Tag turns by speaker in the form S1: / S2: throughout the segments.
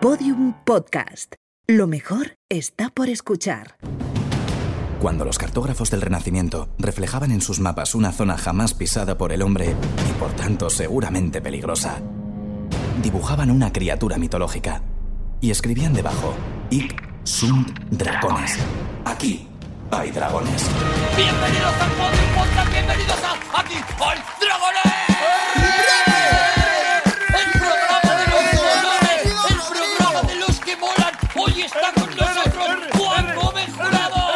S1: Podium Podcast. Lo mejor está por escuchar.
S2: Cuando los cartógrafos del Renacimiento reflejaban en sus mapas una zona jamás pisada por el hombre y por tanto seguramente peligrosa, dibujaban una criatura mitológica y escribían debajo: Ic sunt dragones. Aquí hay dragones.
S3: Bienvenidos al Podium Podcast, bienvenidos a Aquí hay Dragones. El programa de los colores, el programa de los que molan. Hoy está con nosotros Juan Gómez Jurado.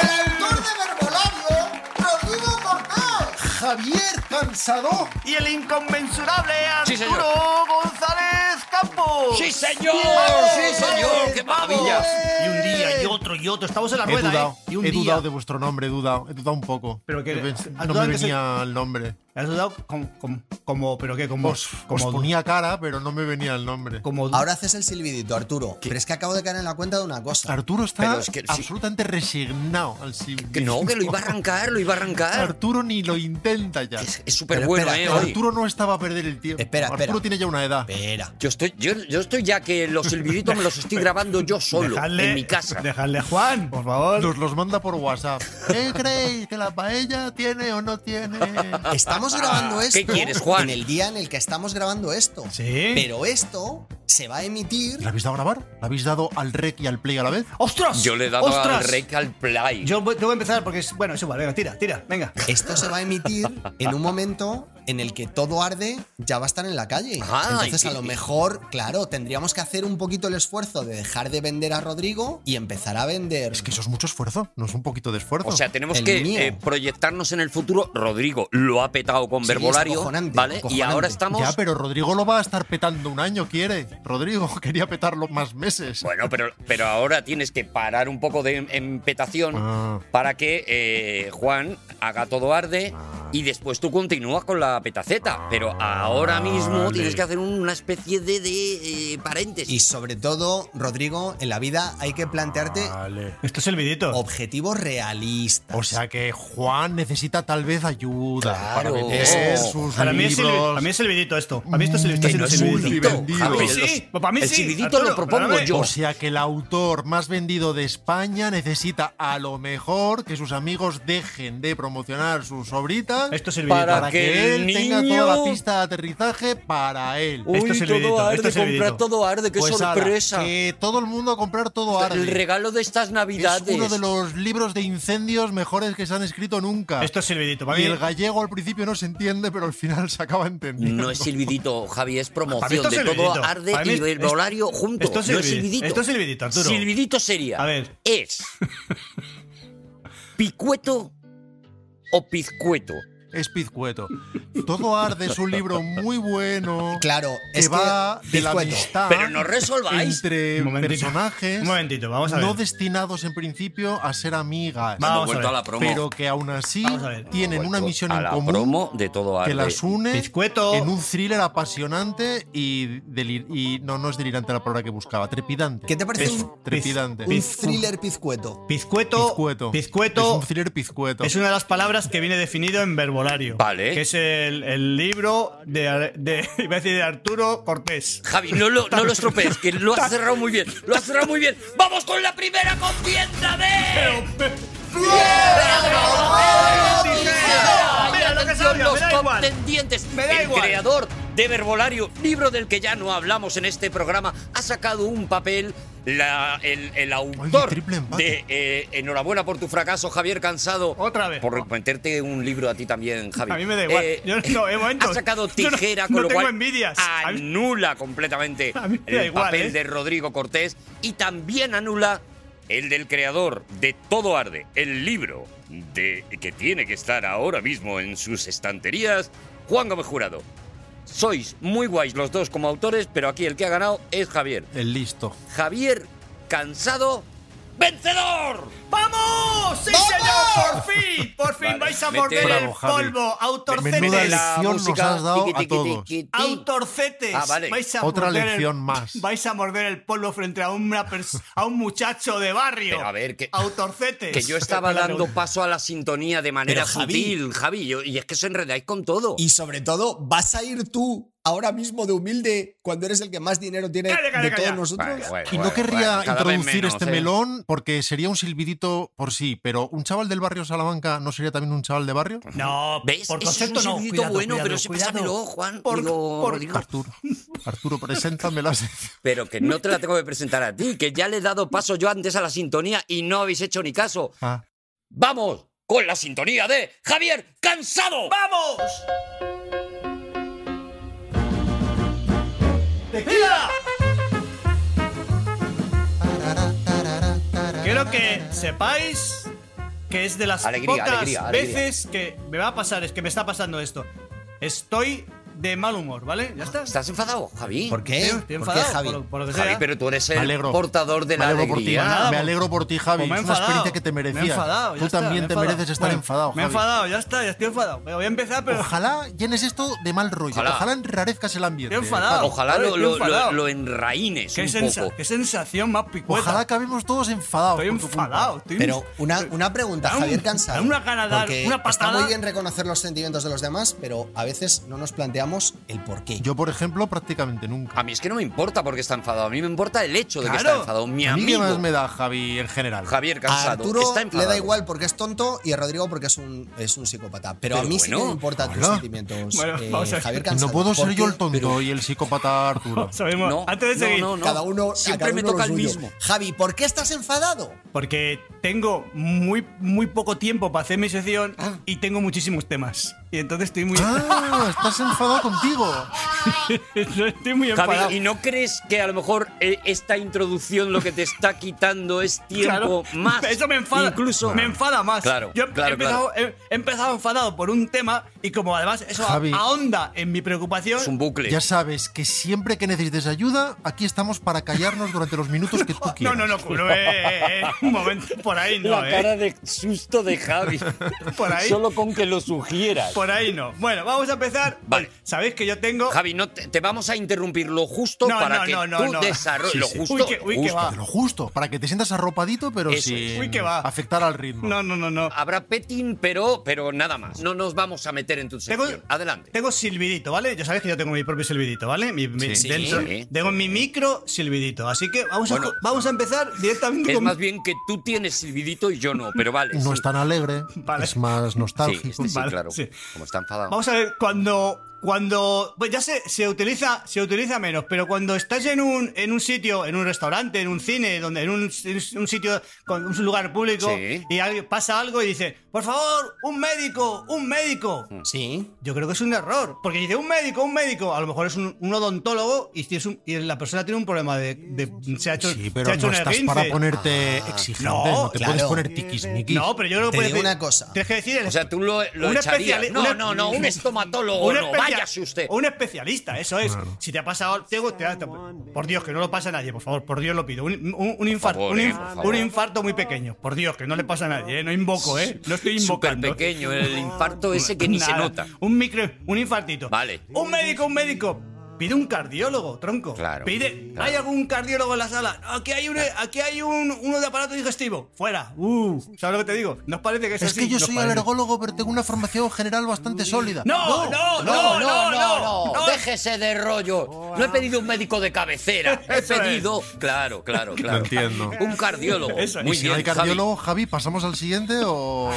S4: El autor de Verbolario, Rodrigo Cortés. Javier Cansado.
S5: y el inconmensurable
S3: Sí, señor.
S5: Arturo González Campos.
S3: Sí, señor, sí, señor, qué maravilla.
S5: Y un día, y otro, y otro. Estamos en la
S6: He
S5: rueda,
S6: dudado,
S5: ¿eh? Y un
S6: he
S5: dudado
S6: dudado de vuestro nombre, he dudado, he dudado un poco.
S5: Pero que-
S6: He pens-
S5: ¿has
S6: no
S5: dudado
S6: me
S5: en que se-
S6: venía el nombre.
S5: Has dudado com- com- como... ¿Pero qué? Como...
S6: Os, os
S5: como,
S6: ponía cara, pero no me venía el nombre.
S5: como-
S7: Ahora haces el silbidito, Arturo. Pero es que acabo de caer en la cuenta de una cosa.
S6: Arturo está
S8: Pero es que sí.
S6: absolutamente resignado al sí
S8: Que no,
S6: mismo.
S8: que lo iba a arrancar, lo iba a arrancar.
S6: Arturo ni lo intenta ya.
S8: Es- Es súper
S7: Pero
S8: bueno,
S7: espera,
S8: eh,
S7: espera,
S8: hoy.
S6: Arturo no estaba a perder el tiempo.
S7: Espera, espera.
S6: Arturo tiene ya una edad.
S7: Espera.
S8: Yo estoy, yo, yo estoy ya que los silbiditos me los estoy grabando yo solo,
S5: dejadle-
S8: en mi casa.
S5: Dejadle a Juan, por favor.
S6: Nos los manda por WhatsApp. ¿Qué creéis? ¿Que la paella tiene o no tiene? Ah,
S7: Estamos grabando esto.
S8: quieres, Juan?
S7: En el día en el que estamos grabando esto.
S5: Sí.
S7: Pero esto se va a emitir.
S6: ¿La habéis dado a grabar? ¿La habéis dado al rec y al play a la vez?
S5: ¡Ostras!
S8: Yo le he dado al
S5: ¡Ostras!
S8: rec al play.
S5: Yo voy- tengo que empezar porque es... Bueno, es igual, venga, tira, tira, venga.
S7: Esto se va a emitir en un momento en el que todo arde ya va a estar en la calle.
S8: Ah,
S7: Entonces,
S8: y-
S7: a lo mejor, claro, tendríamos que hacer un poquito el esfuerzo de dejar de vender a Rodrigo y empezar a vender.
S6: Es que eso es mucho esfuerzo, no es un poquito de esfuerzo.
S8: o sea, tenemos
S7: el
S8: que
S7: mío.
S8: eh, proyectarnos en el futuro. Rodrigo lo ha petado con
S7: Sí, es
S8: verbolario,
S7: acojonante,
S8: ¿vale? Y
S7: acojonante.
S8: ahora estamos.
S6: Ya, pero Rodrigo lo va a estar petando un año, quiere. Rodrigo quería petarlo más meses.
S8: Bueno, pero, pero ahora tienes que parar un poco de em- empetación
S6: Ah.
S8: para que eh, Juan haga todo arde y después tú continúas con la petaceta. Pero ahora mismo
S6: Vale.
S8: tienes que hacer una especie de, de, eh, paréntesis.
S7: Y sobre todo, Rodrigo, en la vida hay que plantearte
S6: Vale.
S5: Esto es el vidito.
S7: objetivos realistas.
S6: O sea que Juan necesita tal vez ayuda para
S8: Claro. Oh.
S6: vender
S8: Eso.
S6: sus
S5: Para mí, es el,
S6: libros.
S5: a mí es el vidito esto. A mí esto es el, está
S8: Que no
S5: siendo
S8: es un
S5: silbidito.
S8: libito,
S6: Silbidito.
S8: Javi,
S6: Para
S5: mí
S8: los-
S5: sí, Pues para mí
S8: el
S5: sí,
S8: silbidito
S5: Arturo,
S8: lo propongo
S5: perdóname.
S8: yo.
S6: O sea que el autor más vendido de España necesita a lo mejor que sus amigos dejen de promocionar sus obritas
S5: Esto es el vidito.
S6: para,
S8: Para
S6: que,
S8: que
S6: él
S8: el
S6: tenga
S8: niño-
S6: toda la pista de aterrizaje para él.
S8: Uy,
S5: esto es el
S8: todo
S5: vidito,
S8: arde,
S5: esto es el
S8: comprar
S5: vidito.
S8: todo arde, qué
S6: Pues ala,
S8: sorpresa.
S6: que todo el mundo a comprar todo arde.
S8: el regalo de estas
S6: es
S8: navidades.
S6: uno de los libros de incendios mejores que se han escrito nunca.
S5: Esto es el vidito. Para
S6: Y
S5: mí,
S6: el gallego al principio no se entiende, pero al final se acaba entendiendo.
S8: No es silbidito, Javi, es
S5: Para mí
S8: promoción
S5: esto es
S8: de todo
S5: silbidito.
S8: arde
S5: Para mí
S8: y
S5: es-
S8: verbolario juntos.
S5: esto es
S8: no es
S5: silbi-
S8: silbidito.
S5: esto es silbidito, Arturo.
S8: Silbidito sería.
S5: A ver.
S8: Es. ¿Picueto o pizcueto?
S6: Es pizcueto. Todo arde es un libro muy bueno.
S7: Claro,
S6: que
S7: es que-
S6: va de la
S7: Pizcueto.
S6: amistad
S8: Pero
S5: Ah.
S8: no resolváis.
S6: entre
S5: Un momentito.
S6: Eh, personajes
S5: Un momentito, vamos a ver.
S6: no destinados en principio a ser amigas,
S5: Vamos
S8: Hemos
S5: a
S8: vuelto
S5: ver,
S8: a la promo.
S6: pero que aún así
S5: Vamos a ver.
S6: tienen una misión
S8: a
S6: en
S8: la
S6: común
S8: promo de todo arde.
S6: que las une
S5: Pizcueto.
S6: en un thriller apasionante y, delir- y no, no es delirante la palabra que buscaba, trepidante.
S7: ¿Qué te parece
S6: Eso,
S7: un-
S6: trepidante?
S7: un thriller pizcueto.
S5: Pizcueto,
S6: Pizcueto.
S5: Pizcueto
S6: Es un thriller pizcueto.
S5: es una de las palabras que viene definido en verbolario.
S8: Vale.
S5: Que es el, el libro de, Ar- de, iba a decir de Arturo Cortés.
S8: Javi, no lo, no lo estropees, que lo has cerrado muy bien. Lo has cerrado muy bien. ¡Vamos con la primera contienda de.
S5: Me da lo que
S8: Atención,
S5: salga, me
S8: los
S5: da igual.
S8: contendientes.
S5: Me da
S8: El
S5: igual.
S8: creador de Verbolario, libro del que ya no hablamos en este programa, ha sacado un papel. la- el, el autor
S6: triple
S8: de
S6: empate.
S8: eh, Enhorabuena por tu fracaso, Javier Cansado.
S5: Otra vez.
S8: Por meterte un libro a ti también, Javi.
S5: A mí me da igual.
S8: Eh,
S5: Yo no, de momento,
S8: Ha sacado
S5: yo no-
S8: tijera,
S5: no
S8: con lo
S5: tengo
S8: cual
S5: envidias. A mí-
S8: anula completamente
S5: A mí me da
S8: el
S5: igual,
S8: papel
S5: ¿eh?
S8: de Rodrigo Cortés y también anula el del creador de Todo Arde, el libro de que tiene que estar ahora mismo en sus estanterías, Juan Gómez Jurado. Sois muy guays los dos como autores, pero aquí el que ha ganado es Javier.
S6: El listo.
S8: Javier, cansado, vencedor. ¡Vamos!
S5: ¡Vamos! ¡Sí, señor! ¡Por fin! ¡Por fin
S8: Vale,
S5: vais a
S8: mete-
S5: morder el
S6: Bravo, Javi.
S5: polvo!
S6: Menuda
S5: ¡Autorcetes!
S6: lección nos has dado
S8: tiqui,
S6: a
S8: tiqui,
S6: todos.
S8: tiqui, tiqui.
S5: ¡Autorcetes!
S8: Ah, vale.
S5: Vais a
S6: Otra
S5: morder el-
S6: lección más.
S5: Vais a morder el polvo frente a, una pers- a un muchacho de barrio.
S8: Pero a ver, que-
S5: ¡Autorcetes!
S8: Que yo estaba
S5: Eh, Perdón,
S8: dando paso a la sintonía de manera
S7: Pero, Javi.
S8: sutil, Javi. yo- y es que os enredáis con todo.
S7: Y sobre todo, ¿vas a ir tú ahora mismo de humilde cuando eres el que más dinero tiene
S5: Calla, calla,
S7: de todos
S5: calla.
S7: nosotros?
S8: Bueno,
S5: Eh,
S8: bueno,
S6: Y no
S8: bueno,
S6: querría
S8: bueno, cada vez
S6: introducir
S8: menos,
S6: este
S8: ¿eh?
S6: melón porque sería un silbidito por sí, pero ¿un chaval del barrio Salamanca no sería también un chaval de barrio?
S5: No,
S8: ¿Ves?
S5: por
S8: Eso es
S5: concepto
S8: un
S5: no.
S8: silbidito
S5: Cuidado,
S8: bueno,
S5: cuidado,
S8: pero sí,
S5: cuidado.
S8: pásamelo, Juan.
S5: Por-
S8: Digo,
S5: por-
S8: Rodrigo.
S6: Arturo, Arturo, preséntame la sección.
S8: Pero que no te la tengo que presentar a ti, que ya le he dado paso yo antes a la sintonía y no habéis hecho ni caso.
S6: Ah.
S8: ¡Vamos! Con la sintonía de Javier Cansado.
S5: ¡Vamos! ¡Tequila! Quiero que sepáis que es de las
S8: Alegría,
S5: pocas
S8: alegría, alegría.
S5: veces que me va a pasar, es que me está pasando esto. Estoy de mal humor, ¿vale? ¿Ya está?
S8: ¿Estás enfadado, Javi?
S7: ¿Por qué?
S5: Estoy
S7: ¿Por qué,
S5: enfadado,
S7: Javi?
S5: Por, lo- por lo que sea.
S8: Javi, pero tú eres el
S6: Ah, Me alegro.
S8: portador de
S6: me
S8: la
S6: alegro por ti,
S8: alegría.
S5: nada,
S6: me
S5: pues-
S6: alegro por ti, Javi.
S5: Pues me he
S6: es una
S5: enfadado,
S6: experiencia que te
S5: me he
S6: merecías.
S5: enfadado, ya
S6: Tú
S5: está,
S6: también
S5: me he
S6: te
S5: enfadado.
S6: mereces estar
S5: Bueno,
S6: enfadado,
S5: Me he
S6: Javi.
S5: enfadado, ya está, ya estoy enfadado. Me voy a empezar, pero.
S6: Ojalá llenes esto de mal rollo.
S8: Ojalá.
S6: Ojalá, enrarezcas el ambiente.
S5: Estoy enfadado.
S8: Ojalá
S5: Javi,
S8: lo,
S5: estoy
S8: lo- lo-
S5: enfadado.
S8: lo enraínes
S5: ¿Qué,
S8: un
S5: sensa-
S8: poco.
S5: qué sensación más
S6: Javi.
S5: picueta.
S6: Ojalá acabemos todos enfadados.
S5: estoy
S6: por tu culpa.
S5: enfadado. Estoy
S7: Pero una, una pregunta,
S5: Da un-
S7: Javier Cansado.
S5: da una gana de dar
S7: porque
S5: una
S7: Está
S5: patada.
S7: muy bien reconocer los sentimientos de los demás, pero a veces no nos planteamos el por qué.
S6: Yo, por ejemplo, prácticamente nunca.
S8: A mí es que no me importa porque está enfadado. A mí me importa el hecho de que está
S5: Claro.
S8: enfadado. Mi
S6: ¿A mí qué
S8: amigo
S6: más me da, Javi, en general?
S8: Javier
S7: a
S8: Cansado
S7: Arturo
S8: está
S7: le
S8: enfadado.
S7: da igual porque es tonto y a Rodrigo porque es un, es un psicópata. Pero, a
S8: Pero
S7: mí sí que
S8: bueno,
S7: me importan tus
S6: hola.
S7: sentimientos,
S5: Bueno,
S7: eh,
S5: vamos a ver.
S7: Javier
S6: Que
S7: Cansado.
S6: no puedo ser yo el
S7: porque
S6: tonto y el psicópata Arturo.
S5: Sabemos-
S8: No,
S5: antes de
S8: no,
S5: seguir,
S8: no, no.
S7: Cada uno a
S8: Siempre
S7: cada
S8: me
S7: uno
S8: toca el
S7: lo suyo.
S8: mismo.
S7: Javi, ¿por qué estás enfadado?
S5: Porque tengo muy, muy poco tiempo para hacer mi sesión y tengo muchísimos temas. Y entonces estoy muy,
S6: Ah, estás enfadado contigo.
S5: estoy muy enfadado.
S8: Javi, ¿y no crees que a lo mejor eh, esta introducción lo que te está quitando es tiempo
S5: Claro.
S8: más?
S5: Eso me enfada.
S8: Incluso.
S5: Me enfada más.
S8: Claro,
S5: Yo he,
S8: claro,
S5: he empezado, he- he empezado enfadado por un tema y como además eso
S6: Javi.
S5: ahonda en mi preocupación.
S8: Es un bucle.
S6: Ya sabes que siempre que necesites ayuda, aquí estamos para callarnos durante los minutos que tú
S5: no,
S6: quieras.
S5: no, no, no, eh, eh, eh, un momento, por ahí no,
S8: la
S5: eh.
S8: cara de susto de Javi.
S5: Por ahí.
S8: Solo con que lo sugieras.
S5: Por ahí no. Bueno, vamos a empezar.
S8: Vale.
S5: Sabéis que yo tengo.
S8: Javi, no te, te vamos a interrumpir lo justo
S5: No,
S8: para
S5: no,
S8: que
S5: no, no,
S8: tú
S5: no.
S8: desarrolles
S5: Sí,
S8: lo
S5: sí.
S8: justo.
S5: Uy, que- uy, que
S8: justo.
S5: va.
S6: De lo justo, para que te sientas arropadito, pero
S8: Eso
S6: sin
S8: es.
S5: Uy, que va.
S6: afectar al ritmo.
S5: No, no, no, no.
S8: Habrá petting, pero, pero nada más. No nos vamos a meter en tu
S5: Tengo,
S8: sección. Adelante.
S5: Tengo silbidito, ¿vale? Ya sabéis que yo tengo mi propio silbidito, ¿vale? Mi- mi-
S8: Sí.
S5: dentro-
S8: Sí.
S5: Tengo mi micro silbidito. Así que vamos,
S8: Bueno.
S5: a, vamos a empezar directamente
S8: Es
S5: con.
S8: más bien que tú tienes silbidito y yo no, pero vale.
S6: No
S8: sí.
S6: es tan alegre,
S5: Vale.
S6: es más
S8: Sí,
S6: nostálgico.
S8: este sí,
S5: Vale,
S8: claro.
S5: sí.
S8: Como está enfadado.
S5: Vamos a ver, cuando. Cuando. Pues ya se, se utiliza. Se utiliza menos, pero cuando estás en un, en un sitio, en un restaurante, en un cine, donde, en un, en un sitio con un lugar público,
S8: Sí.
S5: y alguien- pasa algo y dice, por favor, un médico, un médico.
S8: Mm.
S7: Sí.
S5: Yo creo que es un error, porque dice un médico, un médico, a lo mejor es un, un odontólogo y, si es un- y la persona tiene un problema de... de- se ha hecho,
S6: Sí,
S5: se
S6: pero
S5: ha hecho un
S6: no estás
S5: esguince.
S6: para ponerte exigente,
S5: No,
S6: no, te
S7: claro.
S6: puedes poner tiquismiquis.
S5: No, pero yo creo que
S7: Te
S5: puedes
S7: digo
S5: decir-
S7: una cosa.
S5: Tienes que decir... el-
S8: O sea, tú lo, lo
S5: un
S8: echarías.
S5: especiali-
S8: No,
S5: una-
S8: no, no, un estomatólogo.
S5: un
S8: no,
S5: especia-
S8: váyase usted.
S5: Un especialista, eso es. Si te ha pasado... te- te- te- por Dios, que no lo pasa a nadie, por favor, por Dios lo pido. Un, un- un infarto,
S8: favor,
S5: un,
S8: eh,
S5: inf-
S8: por
S5: un
S8: favor.
S5: infarto muy pequeño. Por Dios, que no le pasa a nadie, eh, no invoco, ¿eh? No estoy
S8: Súper
S5: invocando.
S8: pequeño, el infarto ese que ni se
S5: Nada.
S8: nota.
S5: Un micro, un infartito.
S8: Vale.
S5: Un médico, un médico. Pide un cardiólogo, tronco.
S8: Claro,
S5: Pide.
S8: claro.
S5: ¿Hay algún cardiólogo en la sala? Aquí hay, un, aquí hay un, uno de aparato digestivo. Fuera. Uh, ¿Sabes lo que te digo? ¿Nos parece que es,
S6: Es
S5: así?
S6: que yo
S5: Nos
S6: soy
S5: parece.
S6: alergólogo, pero tengo una formación general bastante sólida.
S5: No, no, no, no, no, no,
S8: Déjese de rollo. No he pedido un médico de cabecera. He
S5: Eso es.
S8: pedido. Claro, claro, claro.
S6: entiendo.
S8: Un cardiólogo.
S5: Eso es.
S8: Muy
S6: ¿Y si
S8: bien.
S6: no hay
S8: Javi.
S6: cardiólogo, Javi. ¿pasamos al siguiente o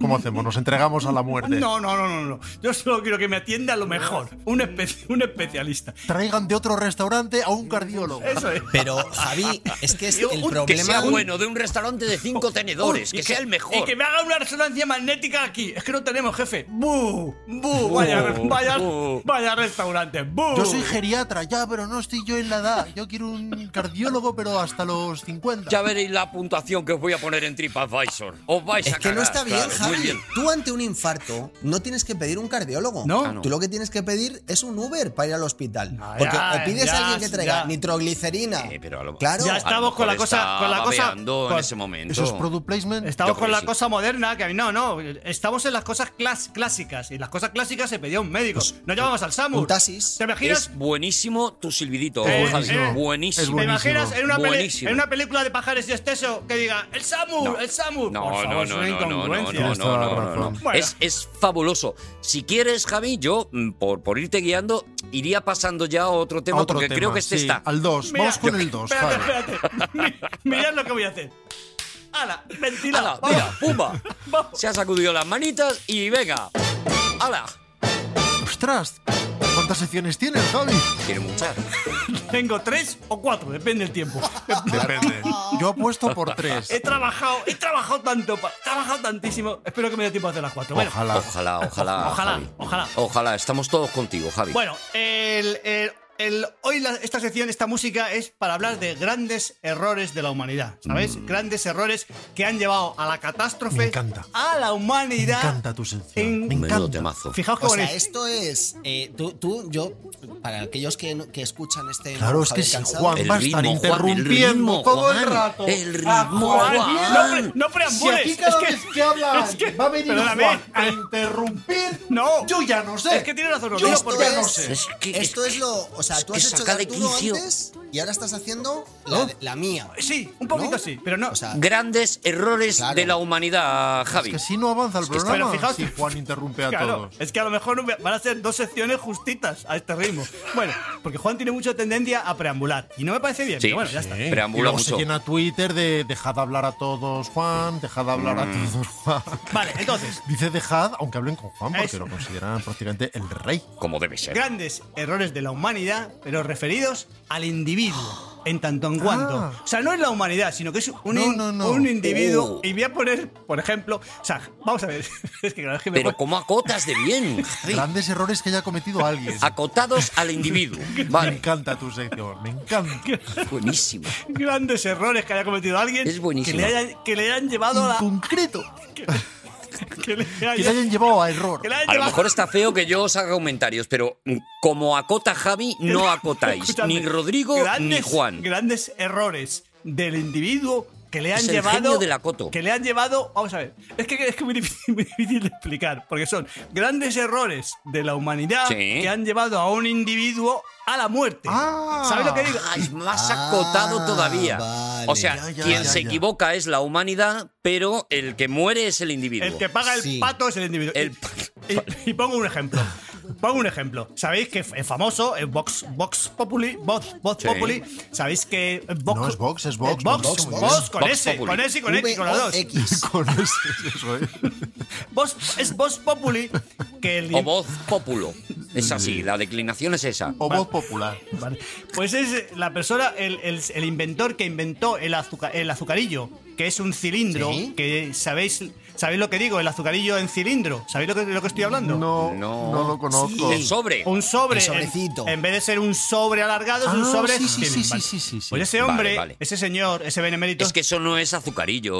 S6: cómo hacemos? ¿Nos entregamos a la muerte?
S5: No, no, no, no, no. Yo solo quiero que me atienda a lo mejor. Un, espe- un especialista.
S6: Traigan de otro restaurante a un cardiólogo.
S5: Eso es.
S7: Pero, Javi, es que es
S8: Digo,
S7: el
S8: un-
S7: problema.
S8: Que sea bueno, de un restaurante de cinco tenedores.
S5: Y
S8: Que sea el
S5: Y
S8: mejor.
S5: que me haga una resonancia magnética aquí. Es que no tenemos jefe. ¡Bu! ¡Bu! Vaya,
S8: Bu,
S5: vaya,
S8: bu.
S5: vaya restaurante. ¡Bu!
S6: Yo soy geriatra, ya, pero no estoy yo en la edad. Yo quiero un cardiólogo, pero hasta los 50.
S8: Ya veréis la puntuación que os voy a poner en TripAdvisor. Os vais
S7: Es
S8: a
S7: que no
S8: cagar,
S7: está bien,
S8: claro,
S7: Javi.
S8: Muy bien.
S7: Tú ante un infarto no tienes que pedir un cardiólogo.
S5: No. Ah,
S8: no.
S7: Tú lo que tienes que pedir es un Uber para ir al tal.
S5: Ah,
S7: Porque
S5: ya,
S7: o pides
S5: ya,
S7: a alguien que traiga
S5: ya.
S7: nitroglicerina.
S8: Eh, pero a lo-
S7: claro,
S5: Ya
S8: A lo
S5: estamos con la
S8: mejor
S5: cosa-
S8: está
S5: con la cosa-
S8: babeando en
S5: con-
S8: ese momento.
S6: ¿Eso es product placement?
S8: Yo
S5: Estamos
S8: creo
S5: con
S8: que
S5: la
S8: sí.
S5: cosa moderna, que a mí no, no. Estamos en las cosas clas- clásicas. Y las cosas clásicas se pedía un médico. No llamamos al SAMUR.
S7: un taxis.
S5: ¿Te imaginas?
S8: Es buenísimo tu silbidito,
S5: Eh,
S8: Javi.
S5: eh,
S8: buenísimo.
S6: es
S5: ¿Te imaginas en una, peli-
S8: Buenísimo.
S5: en una película de pajares y exceso que diga el SAMUR,
S8: No.
S5: el SAMUR?
S8: No,
S5: Por favor,
S8: no,
S5: es
S8: no,
S5: una
S8: no, no, no,
S5: incongruencia.
S8: no,
S6: Tienes toda la
S8: no, no, no,
S6: razón.
S8: no.
S5: Bueno.
S8: Es, es fabuloso. Si quieres, Javi, yo, mm, por, por irte guiando, iría pasando ya a otro tema,
S6: A otro
S8: porque
S6: tema,
S8: creo que este
S6: sí,
S8: está.
S6: Al 2,
S5: Mira,
S6: vamos con el 2.
S5: Espérate, espérate. Mi- Mirad lo que voy a hacer. ¡Hala! ¡Ventila!
S8: ¡Hala,
S5: vamos.
S8: mira, pumba!
S5: Vamos.
S8: Se ha sacudido las manitas y venga. ¡Hala!
S6: Ostras, ¿cuántas secciones tienes, Javi?
S8: Tiene muchas.
S5: Tengo tres o cuatro, depende del tiempo.
S6: Depende. Yo apuesto por 3.
S5: He trabajado, he trabajado tanto, pa- he trabajado tantísimo. Espero que me dé tiempo a hacer las cuatro. Bueno,
S6: Ojalá.
S8: Ojalá, ojalá.
S5: Ojalá,
S8: Javi.
S5: ojalá.
S8: Ojalá, estamos todos contigo, Javi.
S5: Bueno, el, el- el- hoy la- esta sección, esta música es para hablar de grandes errores de la humanidad, ¿sabéis? Grandes errores que han llevado a la catástrofe,
S6: Mm. Me encanta.
S5: a la
S6: Me
S5: humanidad.
S6: encanta tu sección.
S5: en-
S6: Me
S8: Menudo
S6: encanta.
S8: temazo.
S5: Fijaos
S7: O
S5: con
S7: sea,
S5: esto.
S7: esto es. eh, tú, tú, yo, para aquellos que, no- que escuchan este.
S6: Claro, es que
S7: Javier
S6: si
S7: Cansado,
S6: Juan
S8: El
S6: va a
S8: ritmo, Juan,
S6: estar
S8: el
S6: interrumpiendo
S8: ritmo,
S6: todo el
S8: Juan,
S6: rato.
S8: el
S6: a
S8: ritmo,
S6: Juan.
S8: Juan.
S5: No, pre- no preambules.
S6: Si aquí cada
S5: es que-
S6: vez que habla
S5: es que-
S6: va a venir
S5: perdóname,
S6: Juan a
S5: pero-
S6: interrumpir,
S5: No.
S6: yo ya no sé.
S5: Es que tiene razón,
S6: yo
S5: Rodrigo,
S7: esto
S5: porque-
S6: ya no
S7: es-
S6: sé.
S8: Es que-
S7: Esto es lo. O sea,
S8: es
S7: tú
S8: que
S7: has hecho de
S8: saca de
S7: Arturo
S8: quicio.
S7: antes y ahora estás haciendo la, de- la mía.
S5: Oh. Sí, un poquito
S7: ¿No?
S5: sí, pero no.
S7: O sea,
S8: Grandes errores
S7: Claro.
S8: de la humanidad,
S6: Es
S8: Javi.
S6: que si no avanza el
S8: que está-
S6: programa,
S5: Pero fijaos-
S6: si Juan interrumpe a
S5: Claro,
S6: todos.
S5: es que a lo mejor no me- van a ser dos secciones justitas a este ritmo. Bueno, porque Juan tiene mucha tendencia a preambular y no me parece bien,
S8: Sí.
S5: pero bueno, ya está.
S8: Eh, preambula
S6: y luego se
S8: mucho.
S6: llena Twitter de dejad hablar a todos, Juan, dejad hablar a
S5: Mm.
S6: todos, Juan.
S5: Vale, entonces,
S6: Dice dejad, aunque hablen con Juan, porque
S5: Eso.
S6: lo consideran prácticamente el rey.
S8: Como debe ser.
S5: grandes errores de la humanidad, pero referidos al individuo, en tanto en cuanto.
S6: Ah.
S5: O sea, no es la humanidad, sino que es un,
S6: No,
S5: in-
S6: no, no.
S5: un individuo.
S8: Oh.
S5: Y voy a poner, por ejemplo, o sea, vamos a ver. es que, claro, es que me
S8: Pero
S5: pone-
S8: como acotas de bien, Javi.
S6: Grandes errores que haya cometido alguien.
S8: Acotados al individuo.
S6: Me
S8: Vale.
S6: encanta tu sección, me encanta.
S8: Buenísimo.
S5: grandes errores que haya cometido alguien
S8: Es buenísimo.
S5: Que, le hayan, que le hayan llevado a
S6: En
S5: la.
S6: concreto,
S5: Que le
S6: que le
S5: hayan,
S6: hayan llevado a error.
S5: que le hayan
S8: A lo
S5: llevado-
S8: mejor está feo que yo os haga comentarios, pero mm, como acota Javi, no acotáis.
S5: Escúchame,
S8: Ni Rodrigo ni
S5: grandes-
S8: Juan.
S5: Grandes errores del individuo que le han
S8: Es el
S5: llevado.
S8: genio del acoto.
S5: Que le han llevado. Vamos a ver. Es que es que muy difícil, muy difícil de explicar. Porque son grandes errores de la humanidad
S8: Sí.
S5: que han llevado a un individuo a la muerte.
S6: Ah.
S5: ¿Sabes lo que digo?
S8: Ah, es más
S7: Ah,
S8: acotado todavía.
S7: vale.
S8: o sea,
S6: Ya, ya,
S8: quien
S6: ya,
S8: se
S6: ya.
S8: equivoca es la humanidad, pero el que muere es el individuo.
S5: El que paga el
S7: Sí.
S5: pato es el individuo.
S8: El-
S5: y, y- y pongo un ejemplo. Pongo un ejemplo. Sabéis que es famoso, el Vox, Vox Populi, Vox, Vox
S8: Sí.
S5: Populi. Sabéis que Vox,
S6: No, es Vox, es Vox,
S5: eh, Vox,
S6: Vox, E
S5: Vox,
S7: Vox.
S5: con
S8: Vox
S5: S,
S8: Populi.
S5: con S y con X, con la dos.
S7: VOX.
S6: Con eso, eso, eh.
S5: Vox- es Vox Populi que el
S8: O voz populo. Es así, la declinación es esa.
S6: O voz popular.
S5: Vale. Pues es la persona, el, el- el inventor que inventó el, azuca- el azucarillo, que es un cilindro,
S7: Sí.
S5: que sabéis, sabéis lo que digo, el azucarillo en cilindro. ¿Sabéis lo que, lo que estoy hablando?
S6: No,
S8: No.
S6: no, lo conozco.
S8: El sobre.
S5: Un sobre.
S7: El
S5: en-
S7: sobrecito.
S5: En, vez de ser un sobre alargado, es un
S6: Ah,
S5: sobre.
S6: sí, sí,
S5: cilindro.
S6: sí,
S5: Vale.
S6: sí, sí, sí.
S5: Pues ese
S8: Vale,
S5: hombre,
S8: vale.
S5: ese señor, ese benemérito.
S8: Es que eso no es azucarillo.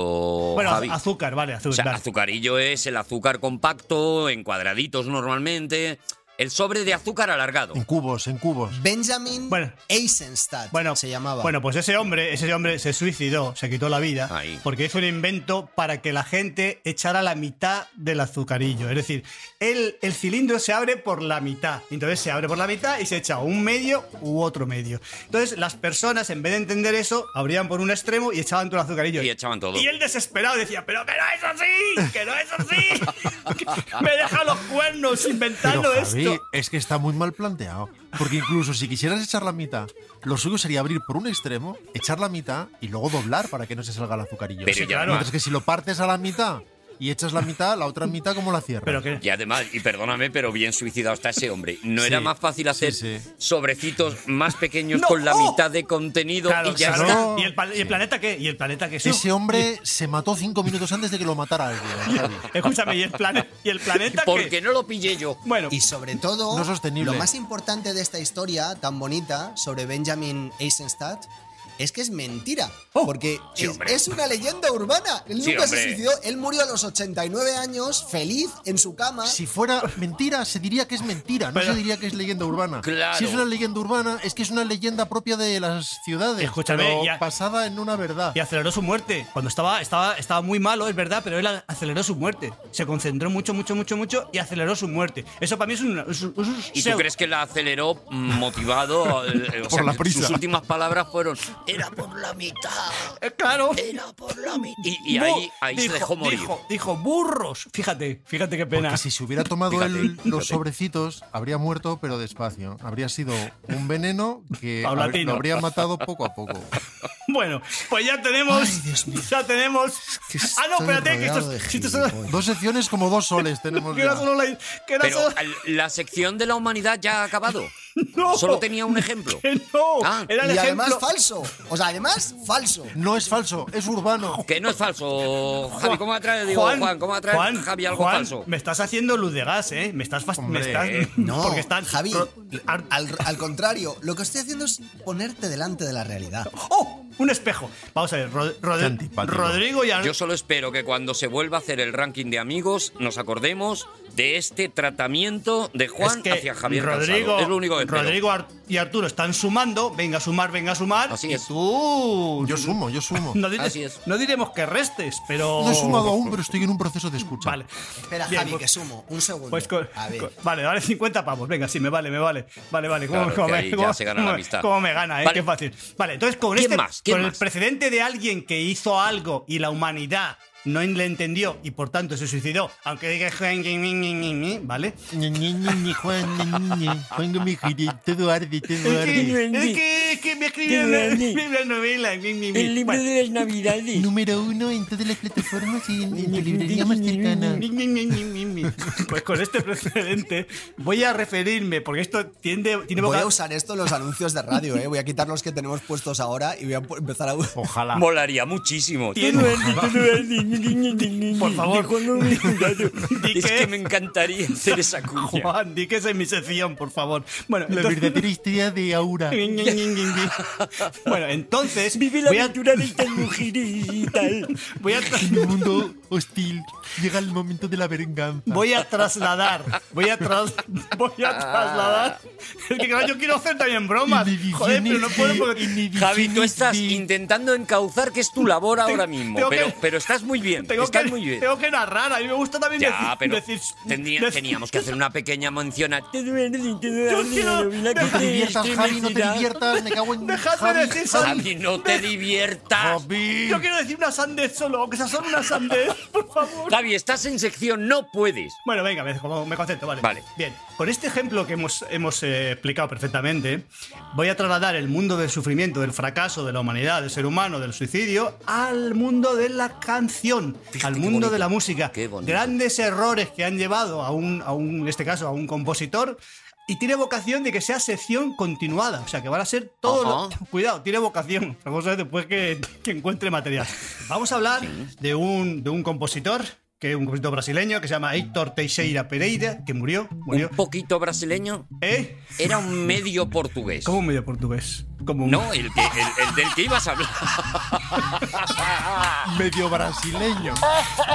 S5: bueno,
S8: Javi.
S5: azúcar, vale, azúcar.
S8: O sea,
S5: vale.
S8: azucarillo es el azúcar compacto, en cuadraditos normalmente. El sobre de azúcar alargado.
S6: En cubos, en cubos.
S7: Benjamin
S5: Bueno.
S7: Eisenstadt
S5: Bueno,
S7: se llamaba.
S5: Bueno, pues ese hombre, ese hombre se suicidó, se quitó la vida
S8: Ahí.
S5: porque hizo un invento para que la gente echara la mitad del azucarillo. Es decir, el, el cilindro se abre por la mitad. Entonces se abre por la mitad y se echa un medio u otro medio. Entonces las personas, en vez de entender eso, abrían por un extremo y echaban todo el azucarillo.
S8: Y echaban todo.
S5: Y él desesperado decía, pero que no es así, que no es así. Que me deja los cuernos
S6: Pero
S5: inventando
S6: Javi,
S5: esto.
S6: es que está muy mal planteado. Porque incluso si quisieras echar la mitad, lo suyo sería abrir por un extremo, echar la mitad y luego doblar para que no se salga el azucarillo.
S8: Pero Sí, ya claro.
S6: Mientras que si lo partes a la mitad y echas la mitad, la otra mitad, ¿cómo la cierras?
S5: Pero que...
S8: Y además, y perdóname, pero bien suicidado está ese hombre. ¿No era
S6: Sí,
S8: más fácil hacer
S6: sí, sí.
S8: sobrecitos más pequeños
S5: No,
S8: con la
S5: ¡oh!
S8: mitad de contenido
S5: Claro,
S8: y ya
S5: claro.
S8: está?
S5: ¿Y el, pal- y el planeta qué? ¿Y el planeta qué? Sí.
S6: Ese hombre se mató cinco minutos antes de que lo matara alguien. Javi.
S5: Escúchame, ¿y el, plane- y el planeta
S8: Porque
S5: qué?
S8: no lo pillé yo.
S5: Bueno,
S7: Y sobre todo,
S6: No sostenible.
S7: lo más importante de esta historia tan bonita sobre Benjamin Eisenstadt es que es mentira.
S5: Oh,
S7: porque
S8: sí,
S7: es,
S8: hombre.
S7: es una leyenda urbana. Él
S8: Sí,
S7: nunca se
S8: hombre.
S7: suicidó. Él murió a los 89 años, feliz, en su cama.
S6: Si fuera mentira, se diría que es mentira, no
S5: Pero-
S6: se diría que es leyenda urbana.
S8: Claro.
S6: Si es una leyenda urbana, es que es una leyenda propia de las ciudades,
S5: Escúchame,
S6: pero
S5: ya-
S6: basada en una verdad.
S5: Y aceleró su muerte. Cuando estaba, estaba, estaba muy malo, es verdad, pero él a- aceleró su muerte. Se concentró mucho, mucho, mucho, mucho y aceleró su muerte. Eso para mí es un. es un- es un
S8: ¿Y tú
S5: pseudo-
S8: crees que la aceleró motivado? eh, o sea,
S6: Por la
S8: que
S6: prisa.
S8: Sus últimas palabras fueron: Era por la mitad.
S5: Eh, Claro.
S8: Era por la mitad. Y, y
S5: Bu-
S8: ahí, ahí
S5: dijo,
S8: se dejó morir.
S5: Dijo, dijo, burros. Fíjate, fíjate qué pena.
S6: Porque si se hubiera tomado
S8: Fíjate,
S6: el-
S8: fíjate.
S6: los sobrecitos, habría muerto, pero despacio. Habría sido un veneno que hab-
S5: Paulatino.
S6: lo habría matado poco a poco.
S5: Bueno, pues ya tenemos. Ya tenemos. Ah, no,
S7: estoy
S5: espérate, que esto,
S7: rodeado de
S5: si esto solo-
S7: gilipollas.
S6: Dos secciones como dos soles tenemos
S5: que era
S6: ya.
S5: solo la. Que era
S8: Pero
S5: solo-
S8: al- la sección de la humanidad ya ha acabado.
S5: No.
S8: Solo tenía un ejemplo.
S5: que no,
S8: Ah,
S5: era el
S7: y
S5: ejemplo.
S7: además falso. O sea, además falso.
S6: No es falso, es urbano.
S8: Que no es falso, Javi. ¿Cómo atrae? Digo, Juan, ¿cómo atrae
S5: Juan,
S8: Javi algo
S5: Juan,
S8: falso?
S5: Me estás haciendo luz de gas, ¿eh? Me estás. fast- me
S6: Hombre,
S5: estás
S8: eh,
S7: No,
S5: porque están.
S7: Javi,
S5: pro- ar-
S7: al, al contrario, lo que estoy haciendo es ponerte delante de la realidad.
S5: ¡Oh! Un espejo. Vamos a ver, Rod- Rod-
S6: Qué antipático.
S5: Rodrigo y Ar-
S8: Yo solo espero que cuando se vuelva a hacer el ranking de amigos nos acordemos de este tratamiento de
S5: es
S8: Juan
S5: que
S8: hacia Javier
S5: Rodrigo,
S8: Cansado. Es lo único que espero.
S5: Rodrigo Ar- y Arturo están sumando. Venga a sumar, venga a sumar.
S8: Así
S5: y
S8: es.
S5: tú.
S6: Yo sumo, yo sumo.
S5: No, dire-
S8: Así es.
S5: no diremos que restes, pero.
S6: No he sumado aún, pero estoy en un proceso de escucha.
S5: Vale.
S7: Espera,
S5: Bien,
S7: Javi,
S5: pues-
S7: que sumo. Un segundo.
S5: Pues con-
S7: a ver.
S5: con- vale, vale, 50 pavos. Venga, sí, me vale, me vale. Vale, vale. ¿Cómo,
S8: Claro,
S5: cómo
S8: que
S5: me-
S8: ahí ya
S5: cómo-
S8: se gana la
S5: cómo-
S8: amistad.
S5: cómo me gana, ¿eh?
S8: Vale.
S5: Qué fácil. Vale, entonces con
S8: ¿Quién
S5: este.
S8: más? ¿Quién
S5: con
S8: más?
S5: el precedente de alguien que hizo algo y la humanidad no le entendió y por tanto se suicidó, aunque diga. ¿Vale?
S6: Ñe, Ñe, Ñe, Ñe, Juan, Ñe, Ñe, Ñe. Juan, mi querido, todo arde, todo
S9: Es que-
S6: arde.
S5: Es que, es que me escribió
S9: Qué
S5: una,
S9: grande.
S5: una novela. mi, mi, mi.
S9: El libro
S5: Bueno.
S9: de las navidades.
S6: Número uno en todas las plataformas y en, en tu librería más cercana.
S5: Mi, mi, mi, mi, mi, mi. Pues con este precedente voy a referirme, porque esto tiende, tiene
S7: Voy
S5: boca-
S7: a usar esto en los anuncios de radio, ¿eh? Voy a quitar los que tenemos puestos ahora y voy a po- empezar a...
S5: Pues
S6: Ojalá.
S8: Molaría muchísimo.
S5: tiene- Por
S9: Por
S5: favor. Di
S8: Es
S5: que-
S8: que me encantaría hacer esa cuña.
S5: Juan, di que esa es mi sección, por favor. Bueno,
S6: La
S5: entonces-
S6: verdadera historia de Aura.
S5: bueno, entonces
S9: Vive la
S5: voy a,
S9: aventura de estas mujeres y
S8: eh.
S9: tal.
S5: voy a tra-
S6: En un mundo hostil llega el momento de la venganza.
S5: voy a trasladar, voy a tras- voy a trasladar. Es que claro, yo quiero hacer también bromas.
S6: Y mi
S5: Joder, pero
S6: visión
S5: no
S6: es
S5: puedo
S6: de- y
S5: porque
S6: mi visión
S8: Javi, tú
S6: es
S8: estás
S6: de-
S8: intentando encauzar que es tu labor ahora mismo,
S5: tengo
S8: pero,
S5: que-
S8: pero estás muy bien,
S5: tengo
S8: estás
S5: que,
S8: muy bien.
S5: tengo que narrar, a mí me gusta también
S8: Ya,
S5: deci-
S8: pero
S5: decir,
S8: tendría-
S5: dec-
S8: teníamos que hacer una pequeña mención a...
S9: Todo verde, todo
S5: Yo
S9: verde,
S5: quiero-
S9: novela
S5: no
S9: que
S6: No te
S9: te
S6: diviertas, Javi, no te
S9: estremecerá.
S6: diviertas, me cago en
S5: Dejadme
S6: Javi,
S5: decir
S6: Javi,
S5: sal-
S8: Javi, no te diviertas.
S6: Javi.
S5: Yo quiero decir una sandez solo, aunque sea solo una sandez, por favor.
S8: Javi, estás en sección no puedes.
S5: Bueno, venga, me, como me concentro, vale.
S8: Vale.
S5: Bien, con este ejemplo que hemos, hemos eh, explicado perfectamente, voy a trasladar el mundo del sufrimiento, del fracaso, de la humanidad, del ser humano, del suicidio, al mundo de la canción, al
S8: qué
S5: mundo
S8: bonito,
S5: de la música.
S8: qué bonito.
S5: Grandes errores que han llevado a un, a un, en este caso, a un compositor. Y tiene vocación de que sea sección continuada. O sea, que van a ser todos
S8: Ajá.
S5: los- Cuidado, tiene vocación. Vamos a ver después que, que encuentre material. Vamos a hablar de, un, de un compositor, que un compositor brasileño, que se llama Héctor Teixeira Pereira, que murió. murió.
S8: Un poquito brasileño.
S5: ¿Eh?
S8: Era un medio portugués.
S5: Como un medio portugués. Como un...
S8: No, el, que, el, el del que ibas a hablar.
S5: Ah,
S6: medio brasileño.